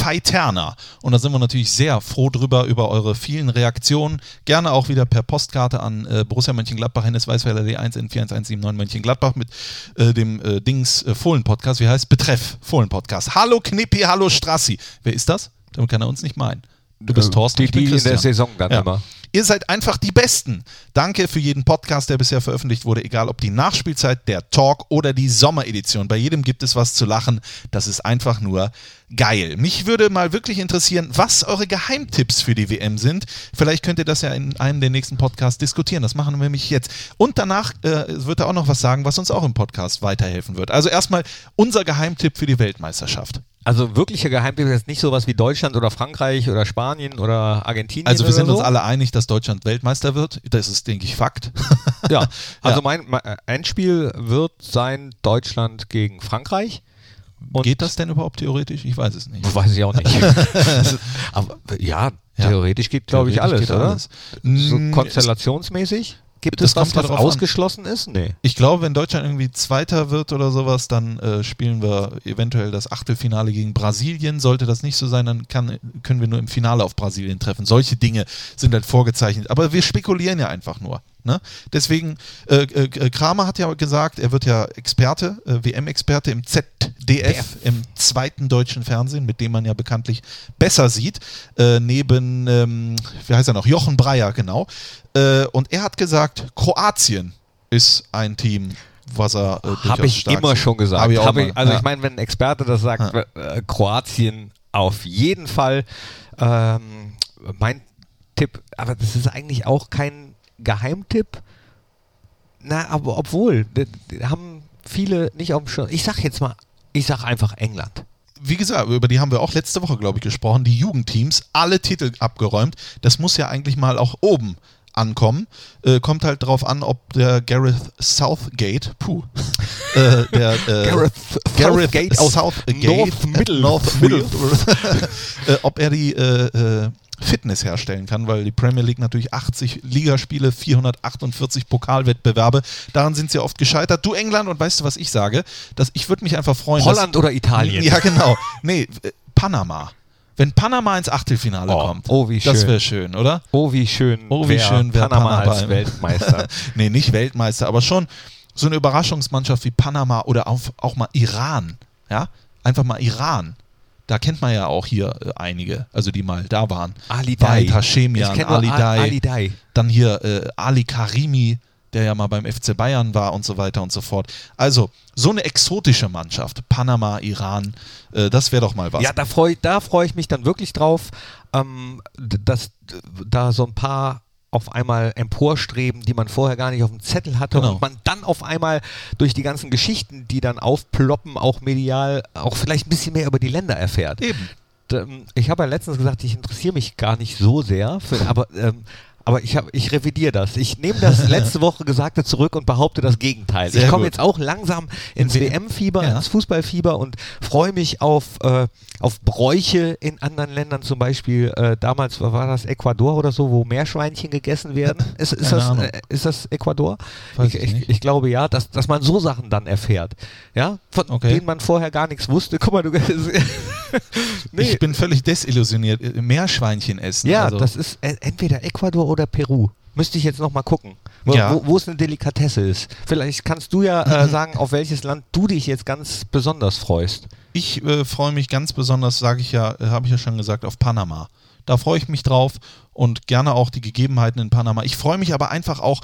S2: Feiterner. Und da sind wir natürlich sehr froh drüber, über eure vielen Reaktionen. Gerne auch wieder per Postkarte an äh, Borussia Mönchengladbach, Hennes Weißweiler D1 in 41179 Mönchengladbach mit äh, dem äh, Dings äh, Fohlen-Podcast. Wie heißt Betreff Fohlen-Podcast. Hallo Knippi, hallo Strassi. Wer ist das? Damit kann er uns nicht meinen. Du bist
S1: Äh,
S2: Thorsten,
S1: die-
S2: ich bin
S1: die in der
S2: Christian.
S1: Saison dann immer.
S2: Ihr seid einfach die Besten. Danke für jeden Podcast, der bisher veröffentlicht wurde, egal ob die Nachspielzeit, der Talk oder die Sommeredition. Bei jedem gibt es was zu lachen. Das ist einfach nur geil. Mich würde mal wirklich interessieren, was eure Geheimtipps für die WM sind. Vielleicht könnt ihr das ja in einem der nächsten Podcasts diskutieren. Das machen wir nämlich jetzt. Und danach äh, wird er auch noch was sagen, was uns auch im Podcast weiterhelfen wird. Also erstmal unser Geheimtipp für die Weltmeisterschaft.
S1: Also wirkliche Geheimtipp ist nicht sowas wie Deutschland oder Frankreich oder Spanien oder Argentinien.
S2: Also wir
S1: oder
S2: sind
S1: so.
S2: uns alle einig, dass Deutschland Weltmeister wird. Das ist, denke ich, Fakt.
S1: Ja, also mein, mein Endspiel wird sein Deutschland gegen Frankreich. Und
S2: Geht das denn überhaupt theoretisch? Ich weiß es nicht.
S1: Weiß ich auch nicht. Aber ja,
S2: Ja.
S1: theoretisch geht, glaube ich, alles,
S2: Theoretisch geht
S1: oder?
S2: alles.
S1: So
S2: Mm,
S1: konstellationsmäßig? Gibt
S2: das
S1: es was,
S2: kommt ja
S1: was
S2: drauf an.
S1: ausgeschlossen ist? Nee.
S2: Ich glaube, wenn Deutschland irgendwie Zweiter wird oder sowas, dann äh, spielen wir eventuell das Achtelfinale gegen Brasilien. Sollte das nicht so sein, dann kann, können wir nur im Finale auf Brasilien treffen. Solche Dinge sind halt vorgezeichnet. Aber wir spekulieren ja einfach nur. Ne? Deswegen, äh, äh, Kramer hat ja gesagt, er wird ja Experte, äh, WM-Experte im ZDF, im zweiten deutschen Fernsehen, mit dem man ja bekanntlich besser sieht, äh, neben, ähm, wie heißt er noch, Jochen Breyer, genau. Äh, und er hat gesagt, Kroatien ist ein Team, was er äh, durchaus
S1: Habe ich
S2: stark
S1: immer
S2: sieht.
S1: schon gesagt.
S2: Hab ich auch
S1: Hab
S2: mal.
S1: ich, also
S2: ja.
S1: ich meine, wenn ein Experte das sagt, äh, Kroatien auf jeden Fall. Ähm, mein Tipp, aber das ist eigentlich auch kein Geheimtipp. Na, aber obwohl, d- d- haben viele nicht auf dem Schirm. Ich sag jetzt mal, ich sag einfach England.
S2: wie gesagt, über die haben wir auch letzte Woche, glaube ich, gesprochen, die Jugendteams, alle Titel abgeräumt. Das muss ja eigentlich mal auch oben ankommen. Äh, kommt halt drauf an, ob der Gareth Southgate, puh, äh, der äh,
S1: Gareth Southgate aus
S2: Southgate,
S1: North
S2: äh,
S1: Middle-
S2: North Middleworth, äh, ob er die äh, äh, Fitness herstellen kann, weil die Premier League natürlich 80 Ligaspiele, 448 Pokalwettbewerbe, daran sind sie oft gescheitert. Du England und weißt du, was ich sage? Dass ich würde mich einfach freuen, dass,
S1: Holland oder Italien?
S2: ja, genau. Nee, äh, Panama. Wenn Panama ins Achtelfinale
S1: Oh,
S2: kommt,
S1: oh, wie
S2: das
S1: schön.
S2: wäre schön, oder?
S1: Oh, wie schön.
S2: Oh, wie
S1: wär
S2: schön wär
S1: Panama,
S2: Panama
S1: als
S2: im-
S1: Weltmeister.
S2: nee, nicht Weltmeister, aber schon so eine Überraschungsmannschaft wie Panama oder auf, auch mal Iran. Ja, einfach mal Iran. Da kennt man ja auch hier äh, einige, also die mal da waren.
S1: Ali
S2: Wahid
S1: Dai.
S2: Hashemian,
S1: Ich kenn nur
S2: Ali
S1: A-
S2: Dai.
S1: Ali Dai.
S2: Dann hier äh, Ali Karimi, der ja mal beim FC Bayern war und so weiter und so fort. Also, so eine exotische Mannschaft. Panama, Iran, äh, das wäre doch mal was.
S1: Ja, da freue da freu ich mich dann wirklich drauf, ähm, d- dass d- da so ein paar auf einmal emporstreben, die man vorher gar nicht auf dem Zettel hatte
S2: Genau.
S1: und man dann auf einmal durch die ganzen Geschichten, die dann aufploppen, auch medial, auch vielleicht ein bisschen mehr über die Länder erfährt.
S2: Eben.
S1: D- ähm, Ich habe ja letztens gesagt, ich interessiere mich gar nicht so sehr, für, aber, ähm, aber ich, hab, ich revidiere das. Ich nehme das letzte Woche Gesagte zurück und behaupte das Gegenteil.
S2: Sehr
S1: ich komme
S2: gut.
S1: jetzt auch langsam ins
S2: In W-
S1: WM-Fieber,
S2: Ja.
S1: ins Fußballfieber und freue mich auf, äh, auf Bräuche in anderen Ländern, zum Beispiel äh, damals war- war das Ecuador oder so, wo Meerschweinchen gegessen werden. Ist, ist,
S2: Keine
S1: das,
S2: Ahnung.
S1: äh, ist das Ecuador?
S2: Weiß
S1: ich,
S2: ich
S1: ich,
S2: nicht.
S1: ich glaube ja, dass, dass man so Sachen dann erfährt, ja, von
S2: Okay.
S1: denen man vorher gar nichts wusste. Guck mal, du. Nee.
S2: Ich bin völlig desillusioniert. Äh, Meerschweinchen essen.
S1: Ja,
S2: also.
S1: das ist äh, entweder Ecuador oder Peru. Müsste ich jetzt nochmal gucken, wo,
S2: Ja.
S1: wo, wo es eine Delikatesse ist. Vielleicht kannst du ja äh, sagen, auf welches Land du dich jetzt ganz besonders freust.
S2: Ich äh, freue mich ganz besonders, sage ich ja, äh, habe ich ja schon gesagt, auf Panama. Da freue ich mich drauf und gerne auch die Gegebenheiten in Panama. Ich freue mich aber einfach auch,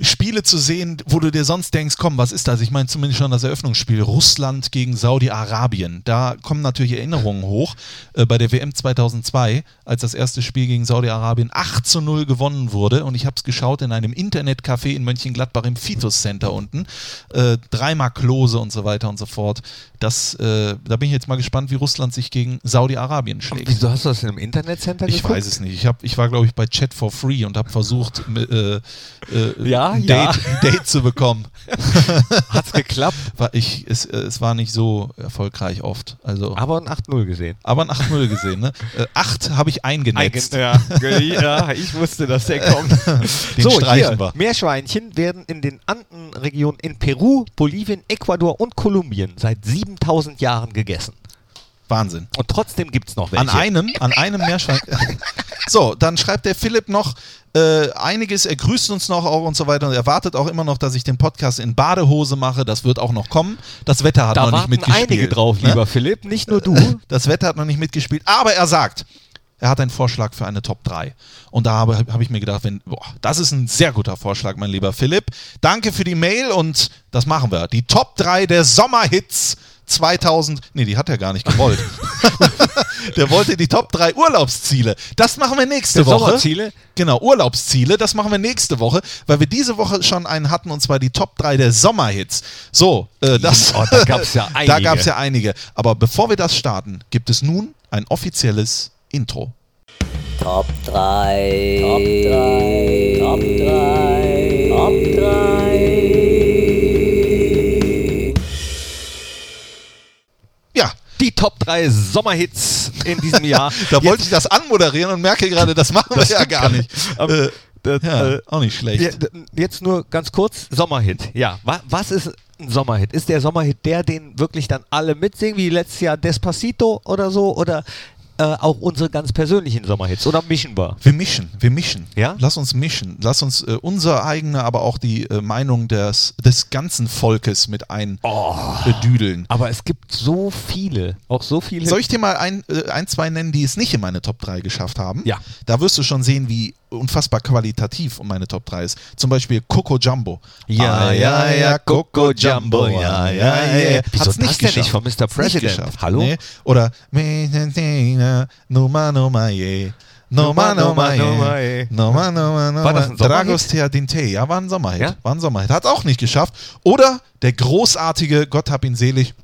S2: Spiele zu sehen, wo du dir sonst denkst, komm, was ist das? Ich meine zumindest schon das Eröffnungsspiel Russland gegen Saudi-Arabien. Da kommen natürlich Erinnerungen hoch. Äh, bei der WM 2002, als das erste Spiel gegen Saudi-Arabien 8 zu 0 gewonnen wurde und ich habe es geschaut in einem Internetcafé in Mönchengladbach im Fitus Center unten. Äh, dreimal Klose und so weiter und so fort. Das, äh, da bin ich jetzt mal gespannt, wie Russland sich gegen Saudi-Arabien schlägt.
S1: Wieso hast du das in einem Internetcenter
S2: Ich
S1: geguckt?
S2: weiß es nicht. Ich, hab, ich war, glaube ich, bei Chat for Free und habe versucht, m- äh, äh,
S1: Ja,
S2: ein, Date,
S1: ja.
S2: ein Date zu bekommen.
S1: Hat's geklappt,
S2: War ich, es, äh, es war nicht so erfolgreich oft. Also,
S1: aber ein 8-0 gesehen.
S2: aber ein 8-0 gesehen. Ne? Äh, 8 habe ich eingenetzt.
S1: ja, ja, ich wusste, dass der kommt.
S2: Den
S1: so,
S2: streichen
S1: hier,
S2: wir.
S1: Meerschweinchen werden in den Andenregionen in Peru, Bolivien, Ecuador und Kolumbien seit 7000 Jahren gegessen.
S2: Wahnsinn.
S1: Und trotzdem gibt's noch äh, welche.
S2: An einem, an einem Meerschwein. so, dann schreibt der Philipp noch äh, einiges, er grüßt uns noch auch und so weiter und erwartet auch immer noch, dass ich den Podcast in Badehose mache. Das wird auch noch kommen. Das Wetter hat
S1: da
S2: noch nicht
S1: warten
S2: mitgespielt.
S1: einige drauf,
S2: ne?
S1: lieber Philipp, nicht nur du.
S2: Das Wetter hat noch nicht mitgespielt, aber er sagt, er hat einen Vorschlag für eine Top 3. Und da habe, habe ich mir gedacht, wenn, boah, das ist ein sehr guter Vorschlag, mein lieber Philipp. Danke für die Mail und das machen wir. Die Top 3 der Sommerhits 2000. Nee, die hat er gar nicht gewollt. der wollte die Top 3 Urlaubsziele. Das machen wir nächste
S1: Der
S2: Woche.
S1: Sommerziele?
S2: Genau, Urlaubsziele, das machen wir nächste Woche, weil wir diese Woche schon einen hatten und zwar die Top 3 der Sommerhits. So, äh, das,
S1: Oh, da gab's ja
S2: Da
S1: einige.
S2: gab's ja einige. Aber bevor wir das starten, gibt es nun ein offizielles Intro.
S6: Top 3. Top 3. Top 3. Top 3.
S2: Ja,
S1: Die Top 3 Sommerhits in diesem Jahr.
S2: da wollte ich das anmoderieren und merke gerade, das machen wir ja gar nicht.
S1: Ähm,
S2: Äh,
S1: äh,
S2: ja,
S1: äh,
S2: auch nicht schlecht.
S1: Ja, d- jetzt nur ganz kurz, Sommerhit. Ja, wa was ist ein Sommerhit? Ist der Sommerhit der, den wirklich dann alle mitsingen, wie letztes Jahr Despacito oder so? Oder äh, auch unsere ganz persönlichen Sommerhits? Oder mischen wir?
S2: Wir mischen, wir mischen.
S1: Ja?
S2: Lass uns mischen. Lass uns äh, unsere eigene, aber auch die äh, Meinung des, des ganzen Volkes mit
S1: Oh.
S2: äh, einbedüdeln.
S1: Aber es gibt so viele, auch so viele.
S2: Soll ich dir mal ein, äh, ein, zwei nennen, die es nicht in meine Top 3 geschafft haben?
S1: Ja.
S2: Da wirst du schon sehen, wie unfassbar qualitativ meine Top 3 ist. Zum Beispiel Coco Jumbo. Ah,
S1: ja, ja, ja, Coco Jumbo,
S2: ja, ja, ja.
S1: Wieso
S2: Hat's
S1: das denn
S2: geschafft.
S1: nicht von Mr.
S2: Hat's
S1: President?
S2: Nicht geschafft.
S1: Hallo?
S2: Nee. Oder ne, Noma Noma Ye. Noma
S1: Noma,
S2: Noma Ye.
S1: Ye.
S2: Noma Noma Noma.
S1: War das ein Sommerhit?
S2: Dragos Thea Dinte. Ja, war ein Sommerhit.
S1: Ja?
S2: War ein Sommerhit. Hat auch nicht geschafft. Oder der großartige, Gott hab ihn selig,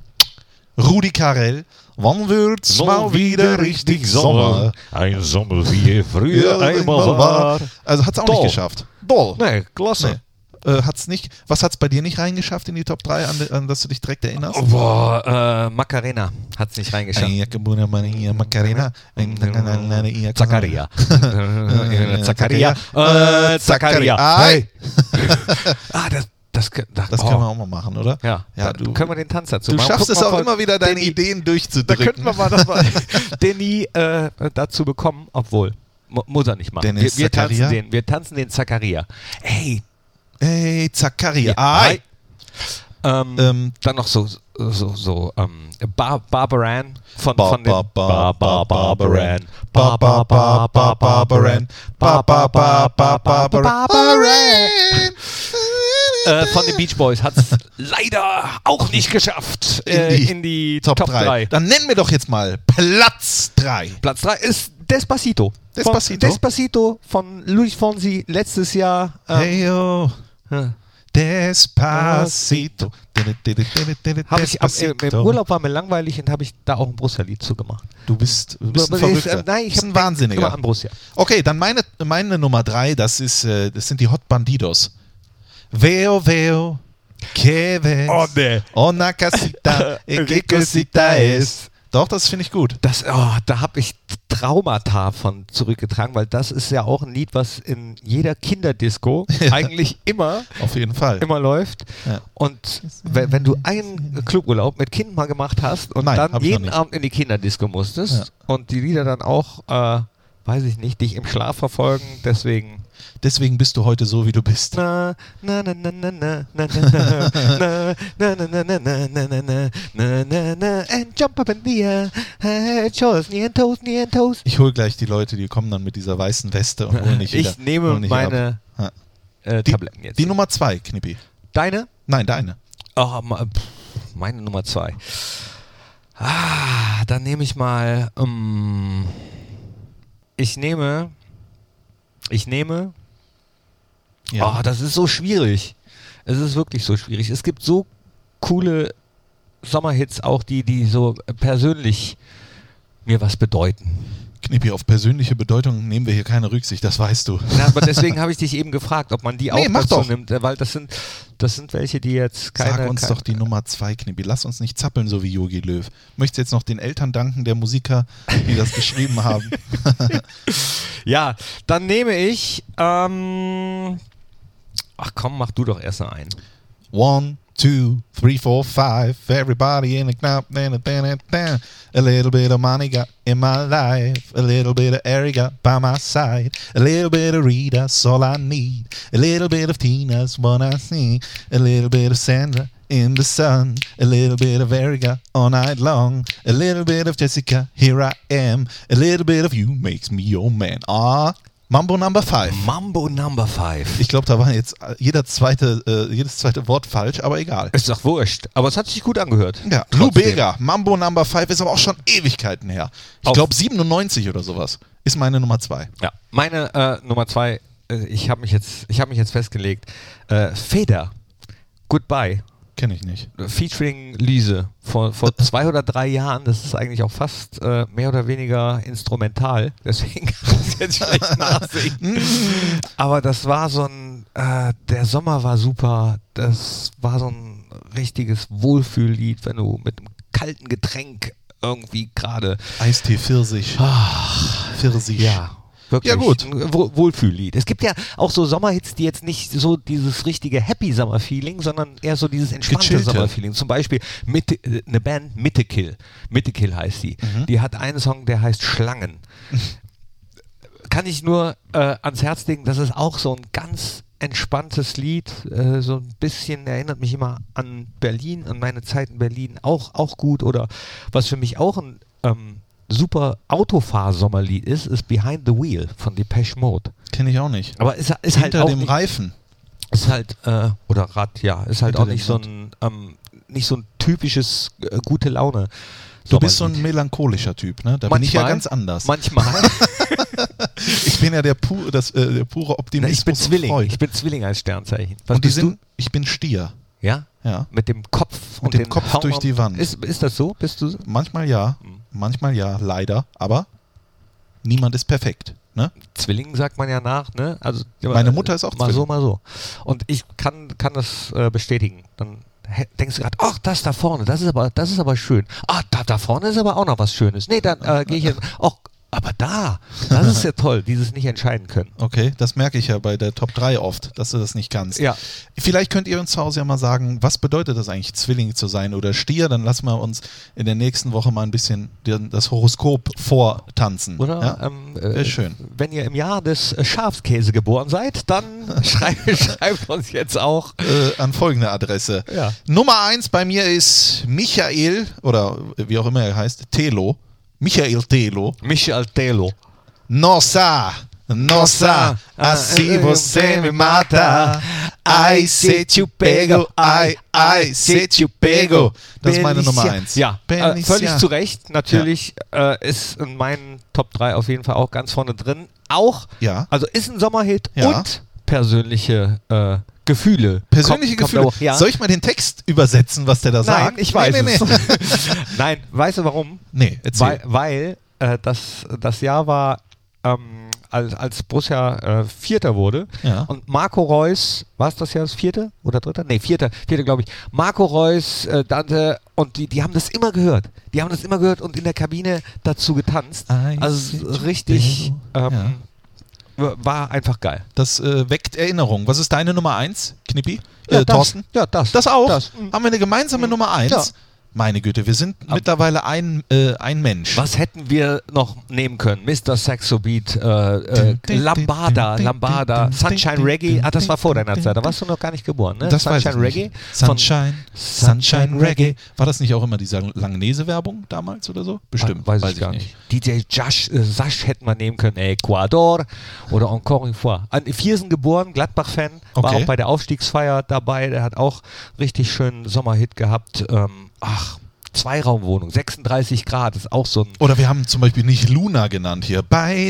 S2: Rudi Carell. Wann wird's mal wieder richtig Sommer?
S1: Ein Sommer, wie er früher einmal war.
S2: Also hat's auch
S1: Doll.
S2: nicht geschafft. Doll.
S1: Nee,
S2: Nee.
S1: klasse.
S2: Äh, hat's nicht. Was hat's bei dir nicht reingeschafft in die Top 3, an, an das du dich direkt erinnerst? Äh,
S1: Oh, boah, äh, Macarena hat es nicht reingeschafft.
S2: Ia Kabuna Maria Macarena. Äh,
S1: Zakaria. Zakaria.
S2: Äh,
S1: Äh, Zakaria.
S2: Ei.
S1: Ah, das, das, kö- das,
S2: Das
S1: oh.
S2: können wir auch mal machen, oder?
S1: Ja,
S2: Ja,
S1: ja
S2: du-
S1: du, können wir den Tanz dazu
S2: Du
S1: machen.
S2: schaffst
S1: Guck
S2: es
S1: mal,
S2: auch
S1: voll-
S2: immer wieder, deine
S1: Danny-
S2: Ideen
S1: Da
S2: durchzudrücken.
S1: könnten wir mal das mal Danny äh, dazu bekommen, obwohl. mu- Muss er nicht machen.
S2: Dennis
S1: wir, wir, tanzen
S2: Zakaria?
S1: den, wir tanzen den Zakaria. Hey,
S2: Ey, Zakaria. Ei.
S1: Ei. Ähm,
S2: Ähm,
S1: dann noch so, so, so ähm, Bar Barbaran von,
S2: Ba-
S1: von den
S2: ba- ba- ba- Barbaran.
S1: Ba- ba- ba- ba- Barbaran. Ba- ba- ba- ba- Barbaran. Äh, von den Beach Boys hat es leider auch nicht geschafft äh,
S2: In die
S1: in die
S2: Top
S1: Top
S2: 3.
S1: 3.
S2: Dann nennen wir doch jetzt mal Platz 3.
S1: Platz 3 ist Despacito.
S2: Despacito?
S1: Von, Despacito von Luis Fonsi letztes Jahr. ähm, Hm.
S2: Hey, yo. Despacito.
S1: Äh. Hab ich am, äh, im, Im
S2: Despacito.
S1: Urlaub war mir langweilig und habe ich da auch ein Brusserlied zugemacht.
S2: Du bist, du bist ein
S1: Aber ist, äh,
S2: Verrückter.
S1: nein, ich
S2: bist
S1: hab
S2: ein
S1: den
S2: Wahnsinniger.
S1: Immer an Borussia.
S2: Okay, dann meine, meine Nummer drei, das, ist, äh, das sind die Hot Bandidos. Veo, veo, que ves.
S1: Oh, nee.
S2: Una casita, e que cosita es. Doch, das finde ich gut.
S1: Das, oh, da habe ich Traumata von zurückgetragen, weil das ist ja auch ein Lied, was in jeder Kinderdisco eigentlich immer,
S2: Auf jeden Fall.
S1: immer läuft.
S2: Ja.
S1: Und wenn, wenn du einen Cluburlaub mit Kind mal gemacht hast und
S2: Nein, hab
S1: dann
S2: ich noch
S1: jeden
S2: nicht.
S1: Abend in die Kinderdisco musstest und die Lieder dann auch, äh, weiß ich nicht, dich im Schlaf verfolgen, deswegen.
S2: Deswegen bist du heute so, wie du bist.
S1: Na, na, na, na, na, na, na, na, na, na, na, na, na, na, na, na, na, na, na, na, and jump up in the air. Hey, Chos, Nientos, Nientos.
S2: Ich hole gleich die Leute, die kommen dann mit dieser weißen Weste und holen dich wieder.
S1: Ich nehme
S2: holen dich ab.
S1: meine
S2: Ja.
S1: äh,
S2: Die,
S1: Tabletten jetzt.
S2: die Nummer zwei, Knippi.
S1: Deine?
S2: Nein, deine.
S1: Oh, ma- pff, meine Nummer zwei. Ah, dann nehme ich mal. ähm, ich nehme. Ich nehme. Ah, das ist so schwierig. Es ist wirklich so schwierig. Es gibt so coole Sommerhits, auch die, die so persönlich mir was bedeuten.
S2: Knippi, auf persönliche Bedeutung nehmen wir hier keine Rücksicht, das weißt du.
S1: Na, aber deswegen habe ich dich eben gefragt, ob man die auch
S2: mach
S1: dazu
S2: doch.
S1: nimmt, äh, weil das sind, das sind welche, die jetzt keine.
S2: Sag uns
S1: keine,
S2: doch die Nummer zwei, Knippi. Lass uns nicht zappeln, so wie Yogi Löw. Möchtest jetzt noch den Eltern danken der Musiker, die das geschrieben haben.
S1: Ja, dann nehme ich. Ähm, ach komm, mach du doch erst noch einen.
S2: One, two, three, four, five. Everybody in the club. da, da, da, da, da. A little bit of money got in my life. A little bit of Eric got by my side. A little bit of Rita's all I need. A little bit of Tina's what I see. A little bit of Sandra. In the sun, a little bit of Erica all night long, a little bit of Jessica, here I am, a little bit of you makes me your man. Ah, Mambo number five.
S1: Mambo Number 5.
S2: Ich glaube, da war jetzt jeder zweite, äh, jedes zweite Wort falsch, aber egal.
S1: Ist doch wurscht, aber es hat sich gut angehört.
S2: Ja, Lou
S1: Trotzdem.
S2: Bega, Mambo Number 5 ist aber auch schon Ewigkeiten her. Ich
S1: Auf-
S2: glaube 97 oder sowas ist meine Nummer 2.
S1: Ja, meine äh, Nummer zwei, äh, ich habe mich, jetzt- ich hab mich jetzt festgelegt. Äh, Feder, Goodbye,
S2: Kenne ich nicht.
S1: äh, featuring Lise. Vor, vor zwei oder drei Jahren, das ist eigentlich auch fast äh, mehr oder weniger instrumental, deswegen kann ich es jetzt schlecht nachsehen. Aber das war so ein, äh, der Sommer war super, das war so ein richtiges Wohlfühllied, wenn du mit einem kalten Getränk irgendwie gerade
S2: Eistee Pfirsich. Pfirsich.
S1: ja, wirklich.
S2: Ah, Ja, gut.
S1: Ein Wohl- Wohlfühllied. Es gibt ja auch so Sommerhits, die jetzt nicht so dieses richtige Happy Summer Feeling, sondern eher so dieses entspannte
S2: Gechillte.
S1: Sommer Feeling. Zum Beispiel Mitte, äh, eine Band Mitte Kill. Mitte Kill heißt sie.
S2: Mhm.
S1: Die hat einen Song, der heißt Schlangen. Kann ich nur äh, ans Herz legen, das ist auch so ein ganz entspanntes Lied, äh, so ein bisschen erinnert mich immer an Berlin, an meine Zeit in Berlin, auch, auch gut. Oder was für mich auch ein ähm, super Autofahr-Sommerlied ist, ist Behind the Wheel von Depeche Mode.
S2: Kenne ich auch nicht.
S1: Aber ist, ist halt
S2: Hinter
S1: auch
S2: dem
S1: nicht,
S2: Reifen.
S1: ist halt äh, oder Rad, ja, ist halt
S2: Hinter
S1: auch
S2: dem
S1: nicht so
S2: Rad.
S1: ein ähm, nicht so ein typisches äh, gute Laune.
S2: Du bist so ein melancholischer Typ, ne? Da bin ich ja ganz anders.
S1: Manchmal.
S2: Ich bin ja der, pu das, äh, der pure
S1: Na,
S2: Optimismus.
S1: ich bin
S2: und
S1: Zwilling.
S2: Freude.
S1: Ich bin Zwilling als Sternzeichen. Was
S2: und die
S1: bist
S2: sind, ich bin Stier.
S1: du? Ja?
S2: Ja.
S1: Mit dem Kopf
S2: mit dem Kopf
S1: hauen
S2: durch
S1: wir-
S2: die Wand.
S1: Ist, ist das so? Bist du
S2: Manchmal ja,
S1: Mhm.
S2: manchmal ja, leider, aber niemand ist perfekt. Ne?
S1: Zwilling sagt man ja nach, ne? Also
S2: Meine Mutter ist auch
S1: mal so,
S2: Zwilling.
S1: mal so. Und ich kann kann das äh, bestätigen. Dann hä- denkst du gerade, ach, das da vorne, das ist aber das ist aber schön. Ah, da da vorne ist aber auch noch was schönes. Nee, dann äh, gehe ich jetzt. Ach, aber da, das ist ja toll, dieses nicht entscheiden können.
S2: Okay, das merke ich ja bei der Top 3 oft, dass du das nicht kannst.
S1: Ja.
S2: Vielleicht könnt ihr uns zu Hause ja mal sagen, was bedeutet das eigentlich, Zwilling zu sein oder Stier? Dann lassen wir uns in der nächsten Woche mal ein bisschen den- das Horoskop vortanzen.
S1: Oder?
S2: Ja?
S1: Ähm, äh,
S2: Wär schön.
S1: Wenn ihr im Jahr des äh, Schafskäse geboren seid, dann schrei schreibt uns jetzt auch.
S2: äh, an folgende Adresse.
S1: Ja.
S2: Nummer eins bei mir ist Michael oder wie auch immer er heißt, Telo. Michael Telo.
S1: Michael Telo.
S2: Nossa, nossa,
S1: Ah,
S2: assim você me mata. Ai, se te pego, ai, ai, se te pego. Das ist meine Nummer eins.
S1: Ja, äh,
S2: Benicia.
S1: völlig zu Recht. Natürlich äh, ist in meinen Top 3 auf jeden Fall auch ganz vorne drin. Auch,
S2: Ja.
S1: also ist ein Sommerhit
S2: Ja.
S1: und persönliche äh, Gefühle.
S2: Persönliche
S1: Kommt- kommt
S2: Gefühle.
S1: auch- ja.
S2: Soll ich mal den Text übersetzen, was der da
S1: Nein,
S2: sagt?
S1: ich weiß
S2: nee, nee,
S1: es. Nein, weißt du warum?
S2: nee. nee erzähl.
S1: Weil, weil äh, das, das Jahr war, ähm, als, als Borussia äh, Vierter wurde
S2: Ja.
S1: und Marco Reus, war es das Jahr das Vierte oder Dritter? Nee, Vierter, Vierter glaube ich. Marco Reus, äh, Dante und die, die haben das immer gehört. Die haben das immer gehört und in der Kabine dazu getanzt.
S2: I
S1: Also
S2: see
S1: richtig,
S2: you.
S1: ähm, war einfach geil.
S2: Das äh, weckt Erinnerung. Was ist deine Nummer eins, Knippi? äh,
S1: das,
S2: Thorsten?
S1: Ja, das.
S2: Das auch?
S1: Das. Mhm.
S2: Haben wir eine gemeinsame Nummer eins?
S1: Ja.
S2: Meine Güte, wir sind mittlerweile ein, äh, ein Mensch.
S1: Was hätten wir noch nehmen können? Mr. Saxo Beat, äh, äh, Lambada, Lambada, Sunshine Reggae. Ah, das war vor deiner Zeit. Da warst du noch gar nicht geboren, ne?
S2: Das weiß ich
S1: Sunshine
S2: nicht.
S1: Reggae. von-
S2: Sunshine, Sunshine Reggae. War das nicht auch immer diese Langnese-Werbung damals oder so? Bestimmt,
S1: Ah, Weiß, ich gar nicht. DJ Josh, äh, Sash hätten wir nehmen können. Ecuador oder encore une fois. An Viersen geboren, Gladbach-Fan. War
S2: Okay.
S1: auch bei der Aufstiegsfeier dabei. Der hat auch richtig schönen Sommerhit gehabt. Ähm, ach, Zweiraumwohnung, 36 Grad. Ist auch so ein
S2: Oder wir haben zum Beispiel nicht Luna genannt hier.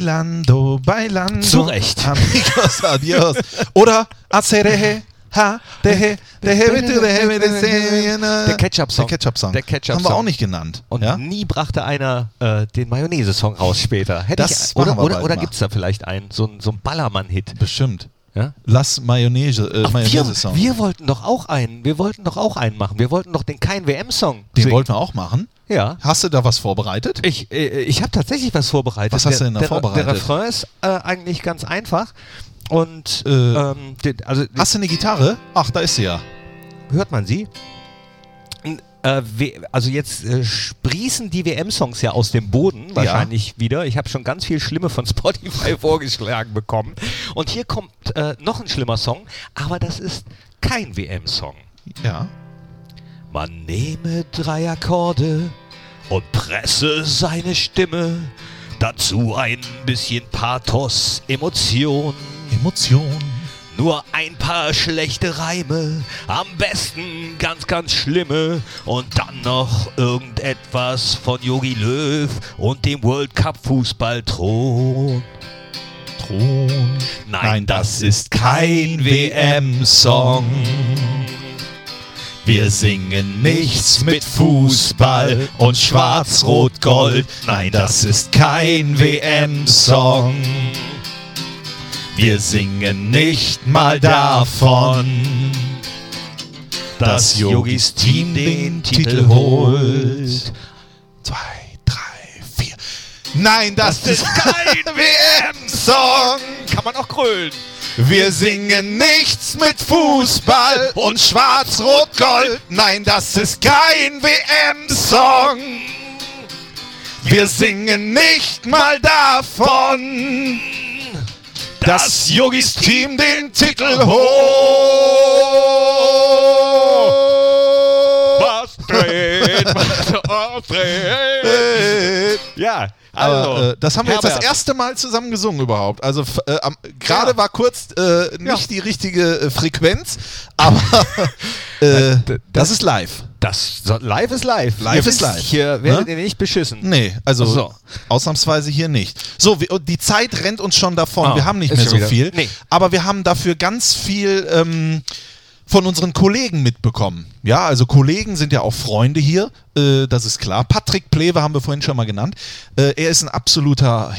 S2: Bailando, bailando.
S1: Zu Recht.
S2: Amigos, adios. Oder Acerehe. Ha, dehe, dehe, bitte, dehe, bitte, dehe, na.
S1: Der Ketchup-Song.
S2: Der Ketchup-Song.
S1: Der Ketchup-Song.
S2: Haben wir auch nicht genannt.
S1: Und
S2: ja?
S1: nie brachte einer äh, den Mayonnaise-Song raus später. Hätte
S2: Das
S1: ich, oder
S2: machen wir
S1: oder,
S2: bald
S1: oder
S2: mal.
S1: gibt es da vielleicht einen, so, einen- so einen Ballermann-Hit?
S2: Bestimmt.
S1: Ja?
S2: Lass Mayonnaise, äh,
S1: wir,
S2: Mayonnaise-Song.
S1: wir wollten doch auch einen, wir wollten doch auch einen machen. Wir wollten doch den kein WM-Song.
S2: Den wollten wir auch machen.
S1: Ja.
S2: Hast du da was vorbereitet?
S1: Ich, äh, ich habe tatsächlich was vorbereitet.
S2: Was hast du denn da
S1: der,
S2: vorbereitet?
S1: Der Refrain ist äh, eigentlich ganz einfach. Und
S2: Äh,
S1: ähm, den, also
S2: Hast du eine Gitarre? Ach, da ist sie ja.
S1: hört man sie? N- Äh, we- also jetzt äh, sprießen die WM-Songs ja aus dem Boden wahrscheinlich wieder. Ich habe schon ganz viel Schlimme von Spotify vorgeschlagen bekommen. Und hier kommt äh, noch ein schlimmer Song, aber das ist kein WM-Song.
S2: Ja.
S1: Man nehme drei Akkorde und presse seine Stimme. Dazu ein bisschen Pathos, Emotion.
S2: Emotion.
S1: Nur ein paar schlechte Reime, am besten ganz, ganz schlimme. Und dann noch irgendetwas von Yogi Löw und dem World Cup Fußballthron.
S2: Thron.
S1: Nein, das ist kein
S2: WM-Song. Wir singen nichts mit Fußball und Schwarz-Rot-Gold. Nein, das ist kein WM-Song. Wir singen nicht mal davon, dass Yogis Team den Titel holt. Zwei, drei, vier. Nein, das, ist kein WM-Song.
S1: Kann man auch krölen.
S2: Wir singen nichts mit Fußball und Schwarz-Rot-Gold. Nein, das ist kein WM-Song. Wir singen nicht mal davon, dass Yogis Team den Titel holt.
S1: Was dreht, was dreht. Ja, also.
S2: Äh. Aber, äh, das haben wir jetzt
S1: Herbert.
S2: das erste Mal zusammen gesungen überhaupt. Also f- äh, am- gerade
S1: Ja.
S2: war kurz äh,
S1: Ja.
S2: nicht die richtige äh, Frequenz, aber äh,
S1: d-
S2: das ist live.
S1: Das so, live ist live.
S2: Live
S1: Ihr
S2: ist
S1: wisst,
S2: live.
S1: Hier werdet
S2: Ne?
S1: ihr nicht beschissen.
S2: Nee, also
S1: So.
S2: ausnahmsweise hier nicht. So, wir, und die Zeit rennt uns schon davon.
S1: Ah,
S2: wir haben nicht
S1: ist
S2: mehr
S1: schon
S2: so
S1: wieder-
S2: viel,
S1: Nee.
S2: aber wir haben dafür ganz viel ähm, von unseren Kollegen mitbekommen. Ja, also Kollegen sind ja auch Freunde hier, äh, das ist klar. Patrick Plewe haben wir vorhin schon mal genannt. Äh, er ist ein absoluter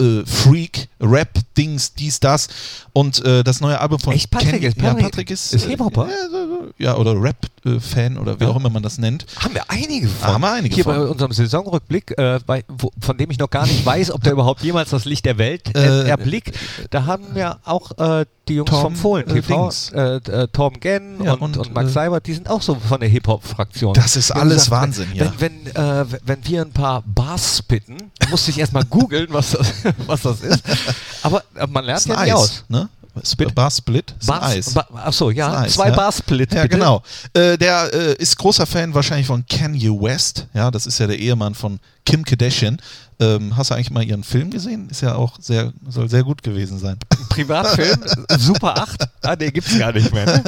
S2: Hip-Hop-Freak, Rap, Dings, dies, das. Und äh, das neue Album von
S1: Echt, Patrick
S2: Ken-
S1: ist-
S2: ja,
S1: Patrick
S2: Patrick ist,
S1: ist Hip-Hopper?
S2: äh, Ja, oder Rap-Fan oder wie auch immer man das nennt.
S1: Haben wir einige von.
S2: Haben wir einige
S1: Hier
S2: von.
S1: bei unserem Saisonrückblick, äh, bei, wo, von dem ich noch gar nicht weiß, ob der überhaupt jemals das Licht der Welt äh,
S2: Äh,
S1: erblickt, da haben wir auch äh, die Jungs
S2: Tom,
S1: vom Fohlen
S2: äh,
S1: TV,
S2: Dings.
S1: äh, äh, Tom Genn
S2: Ja,
S1: und, und,
S2: und,
S1: Max
S2: äh,
S1: Seibert, die sind auch so von der Hip-Hop-Fraktion.
S2: Das ist
S1: Wir haben
S2: alles Wahnsinn, ja.
S1: Wenn, wenn, äh, wenn wir ein paar Bars spitten, musste ich erstmal googeln, was das, was das ist. Aber äh, man lernt
S2: Ist
S1: ja
S2: ein
S1: nicht
S2: Eis,
S1: aus.
S2: ne? Split? Bar Split? Ist ein Eis.
S1: Ba Achso, ja,
S2: Ist ein Eis,
S1: zwei
S2: ja.
S1: Bar-Split.
S2: Ja,
S1: bitte.
S2: genau. Äh, der äh, ist großer Fan wahrscheinlich von Kanye West. Ja, das ist ja der Ehemann von Kim Kardashian. Ähm, hast du eigentlich mal ihren Film gesehen? Ist ja auch sehr, soll sehr gut gewesen sein.
S1: Privatfilm, Super 8, ah, den gibt's gar nicht mehr. Ne?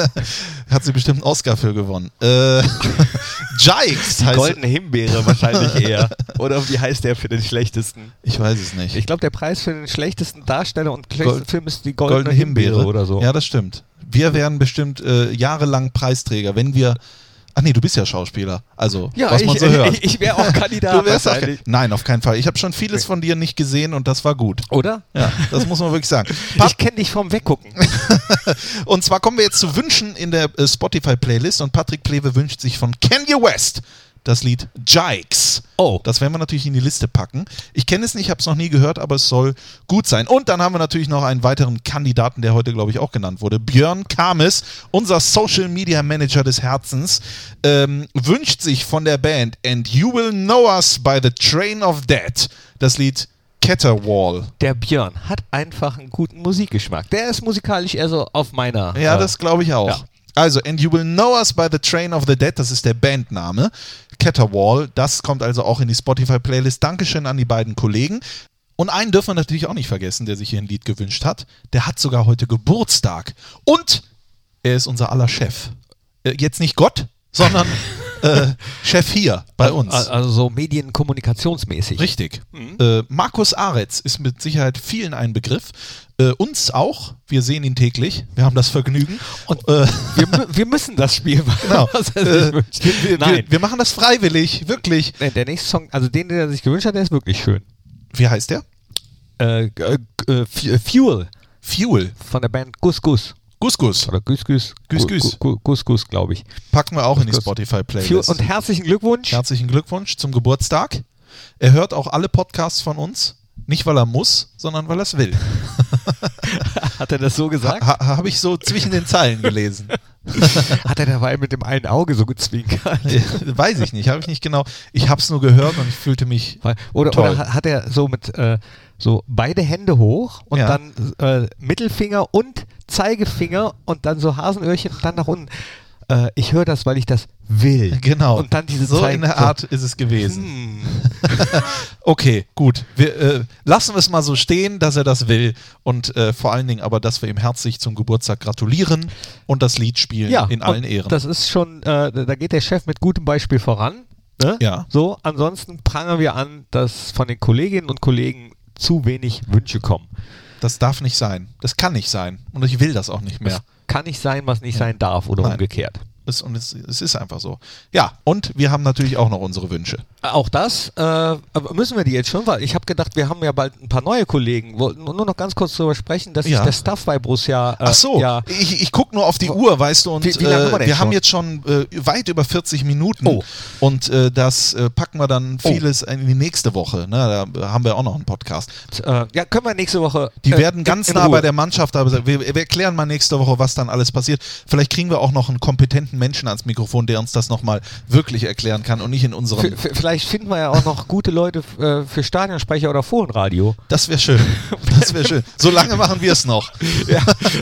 S2: Hat sie bestimmt einen Oscar für gewonnen. Äh, Jikes
S1: Die
S2: heißt.
S1: goldene Himbeere wahrscheinlich eher. Oder wie heißt der für den schlechtesten?
S2: Ich weiß es nicht.
S1: Ich glaube, der Preis für den schlechtesten Darsteller und schlechtesten
S2: Gold-
S1: Film ist die goldene, Himbeere. oder so.
S2: Ja, das stimmt. Wir wären bestimmt äh, jahrelang Preisträger, wenn wir. Ach nee, du bist ja Schauspieler. Also,
S1: Ja,
S2: was man
S1: ich-
S2: so hört.
S1: ich- ich wär auch Kandidat
S2: Du wärst auch,
S1: wahrscheinlich.
S2: nein, auf keinen Fall. Ich habe schon vieles von dir nicht gesehen und das war gut.
S1: Oder?
S2: Ja, das muss man wirklich sagen. Pat-
S1: Ich kenne dich vom Weggucken.
S2: Und zwar kommen wir jetzt zu Wünschen in der äh, Spotify-Playlist und Patrick Plewe wünscht sich von Kanye West das Lied Jikes.
S1: Oh.
S2: Das werden wir natürlich in die Liste packen. Ich kenne es nicht, habe es noch nie gehört, aber es soll gut sein. Und dann haben wir natürlich noch einen weiteren Kandidaten, der heute, glaube ich, auch genannt wurde. Björn Kames, unser Social Media Manager des Herzens, ähm, wünscht sich von der Band And You Will Know Us by the Train of Death das Lied Caterwall.
S1: Der Björn hat einfach einen guten Musikgeschmack. Der ist musikalisch eher so auf meiner.
S2: Ja,
S1: äh,
S2: das glaube ich auch.
S1: ja.
S2: Also, And You Will Know Us by the Train of the Dead, das ist der Bandname. Caterwall, das kommt also auch in die Spotify-Playlist. Dankeschön an die beiden Kollegen. Und einen dürfen wir natürlich auch nicht vergessen, der sich hier ein Lied gewünscht hat. Der hat sogar heute Geburtstag. Und er ist unser aller Chef. Äh, jetzt nicht Gott, sondern äh, Chef hier bei uns.
S1: a- Also so medienkommunikationsmäßig.
S2: Richtig.
S1: Mhm.
S2: Äh, Markus Aretz ist mit Sicherheit vielen ein Begriff. Äh, uns auch. Wir sehen ihn täglich. Wir haben das Vergnügen.
S1: Und-
S2: äh,
S1: Wir, mü- wir müssen das Spiel machen.
S2: Genau.
S1: Was er
S2: Äh,
S1: sich wünscht.
S2: wir,
S1: Nein.
S2: Wir, wir machen das freiwillig, wirklich.
S1: Nee, der nächste Song, also den, den er sich gewünscht hat, der ist wirklich schön.
S2: Wie heißt der?
S1: Äh, g- äh, Fu- äh, Fuel
S2: Fuel.
S1: von der Band Gus Gus.
S2: Gus Gus.
S1: Oder Güss Güss.
S2: Güss
S1: Gu-
S2: Güss.
S1: Gu- Gu- Guss Guss, glaube ich.
S2: Packen wir auch in die
S1: Gus. Für,
S2: Spotify-Playlist.
S1: und herzlichen Glückwunsch.
S2: Herzlichen Glückwunsch zum Geburtstag. Er hört auch alle Podcasts von uns. Nicht, weil er muss, sondern weil er es will.
S1: Hat er das so gesagt?
S2: Ha, Habe ich so zwischen den Zeilen gelesen.
S1: Hat er dabei mit dem einen Auge so gezwinkert?
S2: Äh, Weiß ich nicht, habe ich nicht genau. Ich habe es nur gehört und ich fühlte mich.
S1: Weil- Oder,
S2: Toll.
S1: oder hat er so mit äh, so beide Hände hoch und
S2: Ja.
S1: dann äh, Mittelfinger und Zeigefinger und dann so Hasenöhrchen und dann nach unten. Äh, ich höre das, weil ich das will.
S2: Genau.
S1: Und dann diese
S2: so
S1: Zeig-
S2: in der Art ist es gewesen.
S1: Hm.
S2: Okay, gut. Wir äh, lassen es mal so stehen, dass er das will und äh, vor allen Dingen aber, dass wir ihm herzlich zum Geburtstag gratulieren und das Lied spielen
S1: Ja,
S2: in allen
S1: und
S2: Ehren.
S1: Das ist schon, äh, da geht der Chef mit gutem Beispiel voran. Ne?
S2: Ja.
S1: So, ansonsten prangern wir an, dass von den Kolleginnen und Kollegen zu wenig Wünsche kommen.
S2: Das darf nicht sein. Das kann nicht sein. Und ich will das auch nicht
S1: Es
S2: mehr.
S1: kann nicht sein, was nicht sein darf oder
S2: Nein.
S1: umgekehrt.
S2: Es, und es, es ist einfach so. Ja, und wir haben natürlich auch noch unsere Wünsche.
S1: Äh, Auch das äh, aber müssen wir die jetzt schon, weil ich habe gedacht, wir haben ja bald ein paar neue Kollegen. Wollten nur noch ganz kurz darüber sprechen, dass
S2: Ja.
S1: sich der Staff bei Borussia äh,
S2: Ach so,
S1: ja,
S2: ich, ich gucke nur auf die Uhr, weißt du, und
S1: Wie- wie lange haben wir
S2: äh,
S1: denn
S2: wir haben
S1: schon?
S2: jetzt schon äh, weit über 40 Minuten
S1: Oh.
S2: und äh, das äh, packen wir dann
S1: Oh.
S2: vieles in die nächste Woche. Ne? Da haben wir auch noch einen Podcast.
S1: äh, ja, können wir nächste Woche.
S2: Die
S1: äh,
S2: werden
S1: in-
S2: ganz
S1: in
S2: nah
S1: Ruhe.
S2: bei der Mannschaft, aber wir, wir erklären mal nächste Woche, was dann alles passiert. Vielleicht kriegen wir auch noch einen kompetenten Menschen ans Mikrofon, der uns das nochmal wirklich erklären kann und nicht in unserem.
S1: V- v- Vielleicht finden wir ja auch noch gute Leute äh, für Stadionsprecher oder Fohlenradio.
S2: Das wäre schön. Das wäre schön. So lange machen wir es noch.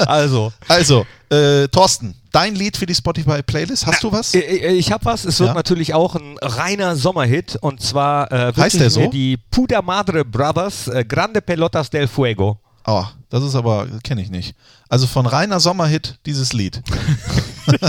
S1: Also,
S2: Also, äh, Thorsten, dein Lied für die Spotify-Playlist, hast du was?
S1: Äh, äh, Ich habe was, es wird
S2: Ja?
S1: natürlich auch ein reiner Sommerhit und zwar äh, wünsche
S2: Heißt der
S1: ich mir
S2: so?
S1: die Puta Madre Brothers äh, Grande Pelotas del Fuego.
S2: Oh, das ist aber, kenne ich nicht. Also von Rainer Sommerhit dieses Lied.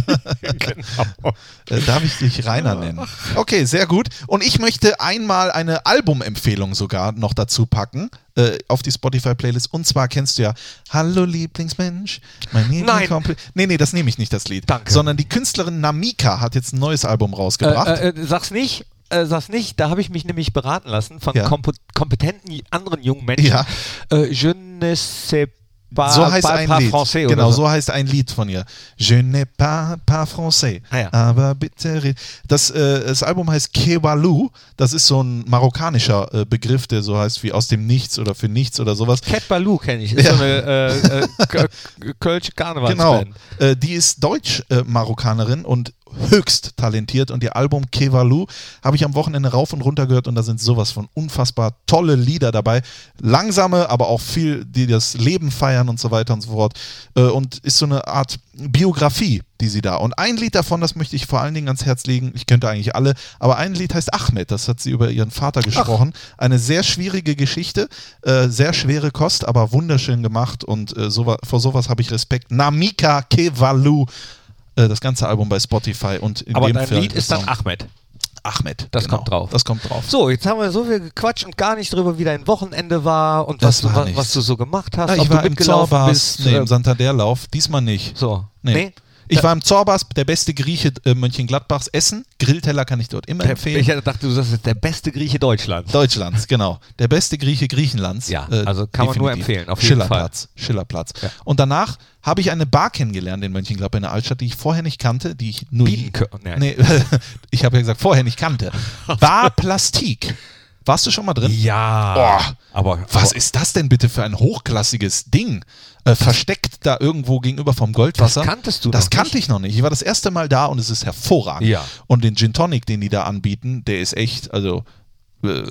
S1: genau.
S2: Äh, Darf ich dich Rainer nennen? Okay, sehr gut. Und ich möchte einmal eine Albumempfehlung sogar noch dazu packen äh, auf die Spotify-Playlist. Und zwar kennst du ja Hallo Lieblingsmensch, mein
S1: Nein.
S2: Lieblingskompli- Nee, nee, das nehme ich nicht, das Lied.
S1: Danke.
S2: Sondern die Künstlerin Namika hat jetzt ein neues Album rausgebracht.
S1: Äh, äh, sag's nicht. Äh, sag's nicht, da habe ich mich nämlich beraten lassen von
S2: Ja.
S1: kompo- kompetenten anderen jungen Menschen.
S2: Ja.
S1: Äh, je ne sais pas,
S2: so heißt
S1: pas,
S2: ein
S1: pas
S2: Lied.
S1: français
S2: genau,
S1: oder
S2: so. heißt ein Lied von ihr. Je n'ai pas, pas français,
S1: Ah ja.
S2: aber bitte red. Das, äh, das Album heißt Kewalu. Das ist so ein marokkanischer äh, Begriff, der so heißt wie aus dem Nichts oder für nichts oder sowas.
S1: Cat Baloo kenne ich. Ist
S2: Ja.
S1: so eine äh, äh, Kö- Kölsche
S2: Genau.
S1: Karnevalsband.
S2: Äh, die ist Deutsch-Marokkanerin und höchst talentiert. Und ihr Album Kevalu habe ich am Wochenende rauf und runter gehört und da sind sowas von unfassbar tolle Lieder dabei. Langsame, aber auch viel, die das Leben feiern und so weiter und so fort. Äh, und ist so eine Art Biografie, die sie da. Und ein Lied davon, das möchte ich vor allen Dingen ans Herz legen. Ich könnte eigentlich alle, aber ein Lied heißt Ahmed. Das hat sie über ihren Vater gesprochen. Eine sehr schwierige Geschichte, äh, sehr schwere Kost, aber wunderschön gemacht. Und äh, sowa- vor sowas habe ich Respekt. Namika Kevalu. äh, Das ganze Album bei Spotify und in
S1: Aber
S2: dem
S1: dein
S2: Fall
S1: Lied ist
S2: der
S1: dann
S2: Song
S1: Ahmed.
S2: Ahmed. genau.
S1: Das kommt drauf.
S2: Das kommt drauf.
S1: So, jetzt haben wir so viel gequatscht und gar nicht drüber, wie dein Wochenende war und was,
S2: Das
S1: du,
S2: war
S1: wa-
S2: nichts.
S1: was du so gemacht hast,
S2: Ja, Ah, ich
S1: ob
S2: war
S1: du
S2: im
S1: mitgelaufen
S2: Zorbas,
S1: bist.
S2: nee, im
S1: äh,
S2: Santanderlauf, diesmal nicht.
S1: so.
S2: Nee.
S1: Nee.
S2: Ich war im Zorbas, der beste Grieche äh, Mönchengladbachs Essen. Grillteller kann ich dort immer
S1: Der,
S2: empfehlen.
S1: ich dachte, du sagst jetzt der beste Grieche Deutschlands.
S2: Deutschlands, genau. Der beste Grieche Griechenlands. Äh,
S1: Ja, also kann man nur empfehlen, auf jeden
S2: Schillerplatz, Schillerplatz.
S1: Ja.
S2: Und danach habe ich eine Bar kennengelernt in Mönchengladbach in der Altstadt, die ich vorher nicht kannte, die ich nur...
S1: Bienenkö- Nein.
S2: nee, ich habe ja gesagt, vorher nicht kannte. Bar Plastik. Warst du schon mal drin?
S1: Ja.
S2: Boah.
S1: aber
S2: Was
S1: aber-
S2: ist das denn bitte für ein hochklassiges Ding? Äh, versteckt da irgendwo gegenüber vom Goldwasser.
S1: Das kanntest du
S2: Das
S1: noch
S2: kannte
S1: nicht?
S2: ich noch nicht. Ich war das erste Mal da und es ist hervorragend.
S1: Ja.
S2: Und den Gin Tonic, den die da anbieten, der ist echt, also äh,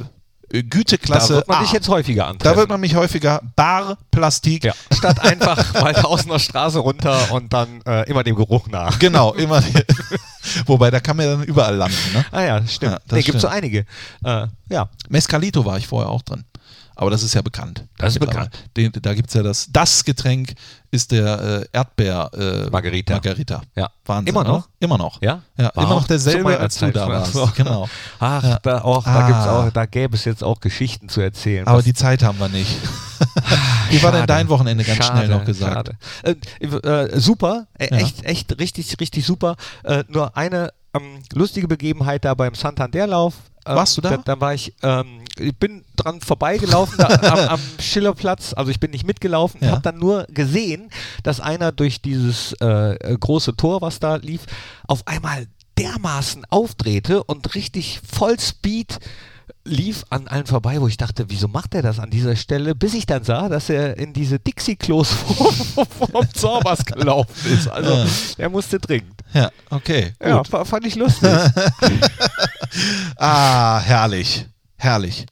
S1: Da
S2: Güteklasse.
S1: wird man
S2: A.
S1: dich jetzt häufiger antreffen.
S2: da wird man mich häufiger Bar Plastik.
S1: ja. Statt einfach weiter aus einer Straße runter und dann äh, immer dem Geruch nach.
S2: Genau, immer. Wobei, da kann man ja dann überall landen. Ne?
S1: Ah ja, stimmt.
S2: Ja, das
S1: nee, gibt
S2: stimmt.
S1: so einige. Äh, ja.
S2: Mescalito war ich vorher auch drin. Aber das ist ja bekannt.
S1: Das ist
S2: Mittlerweile.
S1: bekannt.
S2: Den, da gibt es ja das. Das Getränk ist der äh, Erdbeer äh,
S1: Margarita.
S2: Margarita.
S1: Ja.
S2: Wahnsinn.
S1: Immer noch?
S2: oder? Immer noch.
S1: Ja?
S2: ja
S1: War
S2: immer
S1: auch
S2: noch
S1: zu
S2: derselbe,
S1: meiner
S2: als du
S1: Zeit
S2: da
S1: schon.
S2: warst.
S1: So.
S2: Genau.
S1: Ach,
S2: Ja.
S1: da, auch, da,
S2: Ah.
S1: gibt's auch, da gäbe es jetzt auch Geschichten zu erzählen.
S2: Aber
S1: Was-
S2: die Zeit haben wir nicht. Wie war denn
S1: Schade.
S2: dein Wochenende ganz
S1: Schade,
S2: schnell noch gesagt?
S1: schade. Äh, äh, super, äh,
S2: Ja.
S1: echt, echt richtig, richtig super. Äh, nur eine ähm, lustige Begebenheit da beim Santanderlauf. Ähm,
S2: Warst du da?
S1: Da, dann war ich, ähm, ich bin dran vorbeigelaufen da, am, am Schillerplatz, also ich bin nicht mitgelaufen,
S2: Ja.
S1: habe dann nur gesehen, dass einer durch dieses äh, äh, große Tor, was da lief, auf einmal dermaßen aufdrehte und richtig Vollspeed lief an allen vorbei, wo ich dachte, wieso macht er das an dieser Stelle, bis ich dann sah, dass er in diese Dixie-Klos vorm vorm Zorbas gelaufen ist. Also er musste dringend.
S2: Ja, okay.
S1: Ja,
S2: Gut.
S1: fa- fand ich lustig.
S2: Ah, herrlich. Herrlich.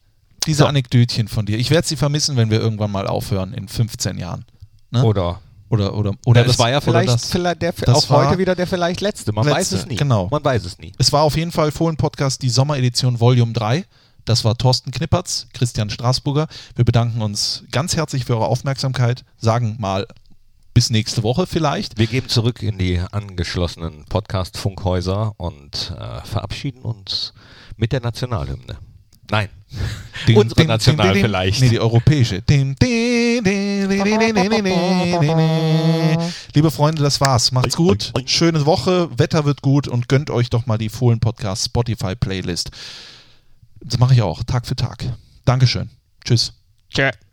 S2: Diese Anekdötchen von dir. Ich werde sie vermissen, wenn wir irgendwann mal aufhören in 15 Jahren. Ne?
S1: Oder
S2: Oder, oder, oder
S1: das, war ja
S2: oder
S1: vielleicht,
S2: das.
S1: vielleicht der,
S2: das
S1: auch
S2: war-
S1: heute wieder der vielleicht letzte. Man weiß
S2: Letzte,
S1: es nie.
S2: genau.
S1: Man weiß es nie.
S2: Es war auf jeden Fall Fohlen-Podcast, die Sommeredition Volume 3. Das war Thorsten Knippertz, Christian Straßburger. Wir bedanken uns ganz herzlich für eure Aufmerksamkeit. Sagen mal bis nächste Woche vielleicht.
S1: Wir geben zurück in die angeschlossenen Podcast-Funkhäuser und äh, verabschieden uns mit der Nationalhymne. Nein, unsere National
S2: dim,
S1: vielleicht.
S2: Nee, die europäische. Dim, dim, dim, dim, dim, dim, dim, dim, dim, dim. Liebe Freunde, das war's. Macht's gut. Schöne Woche. Wetter wird gut und gönnt euch doch mal die Fohlen-Podcast Spotify-Playlist. Das mache ich auch, Tag für Tag. Dankeschön. Tschüss.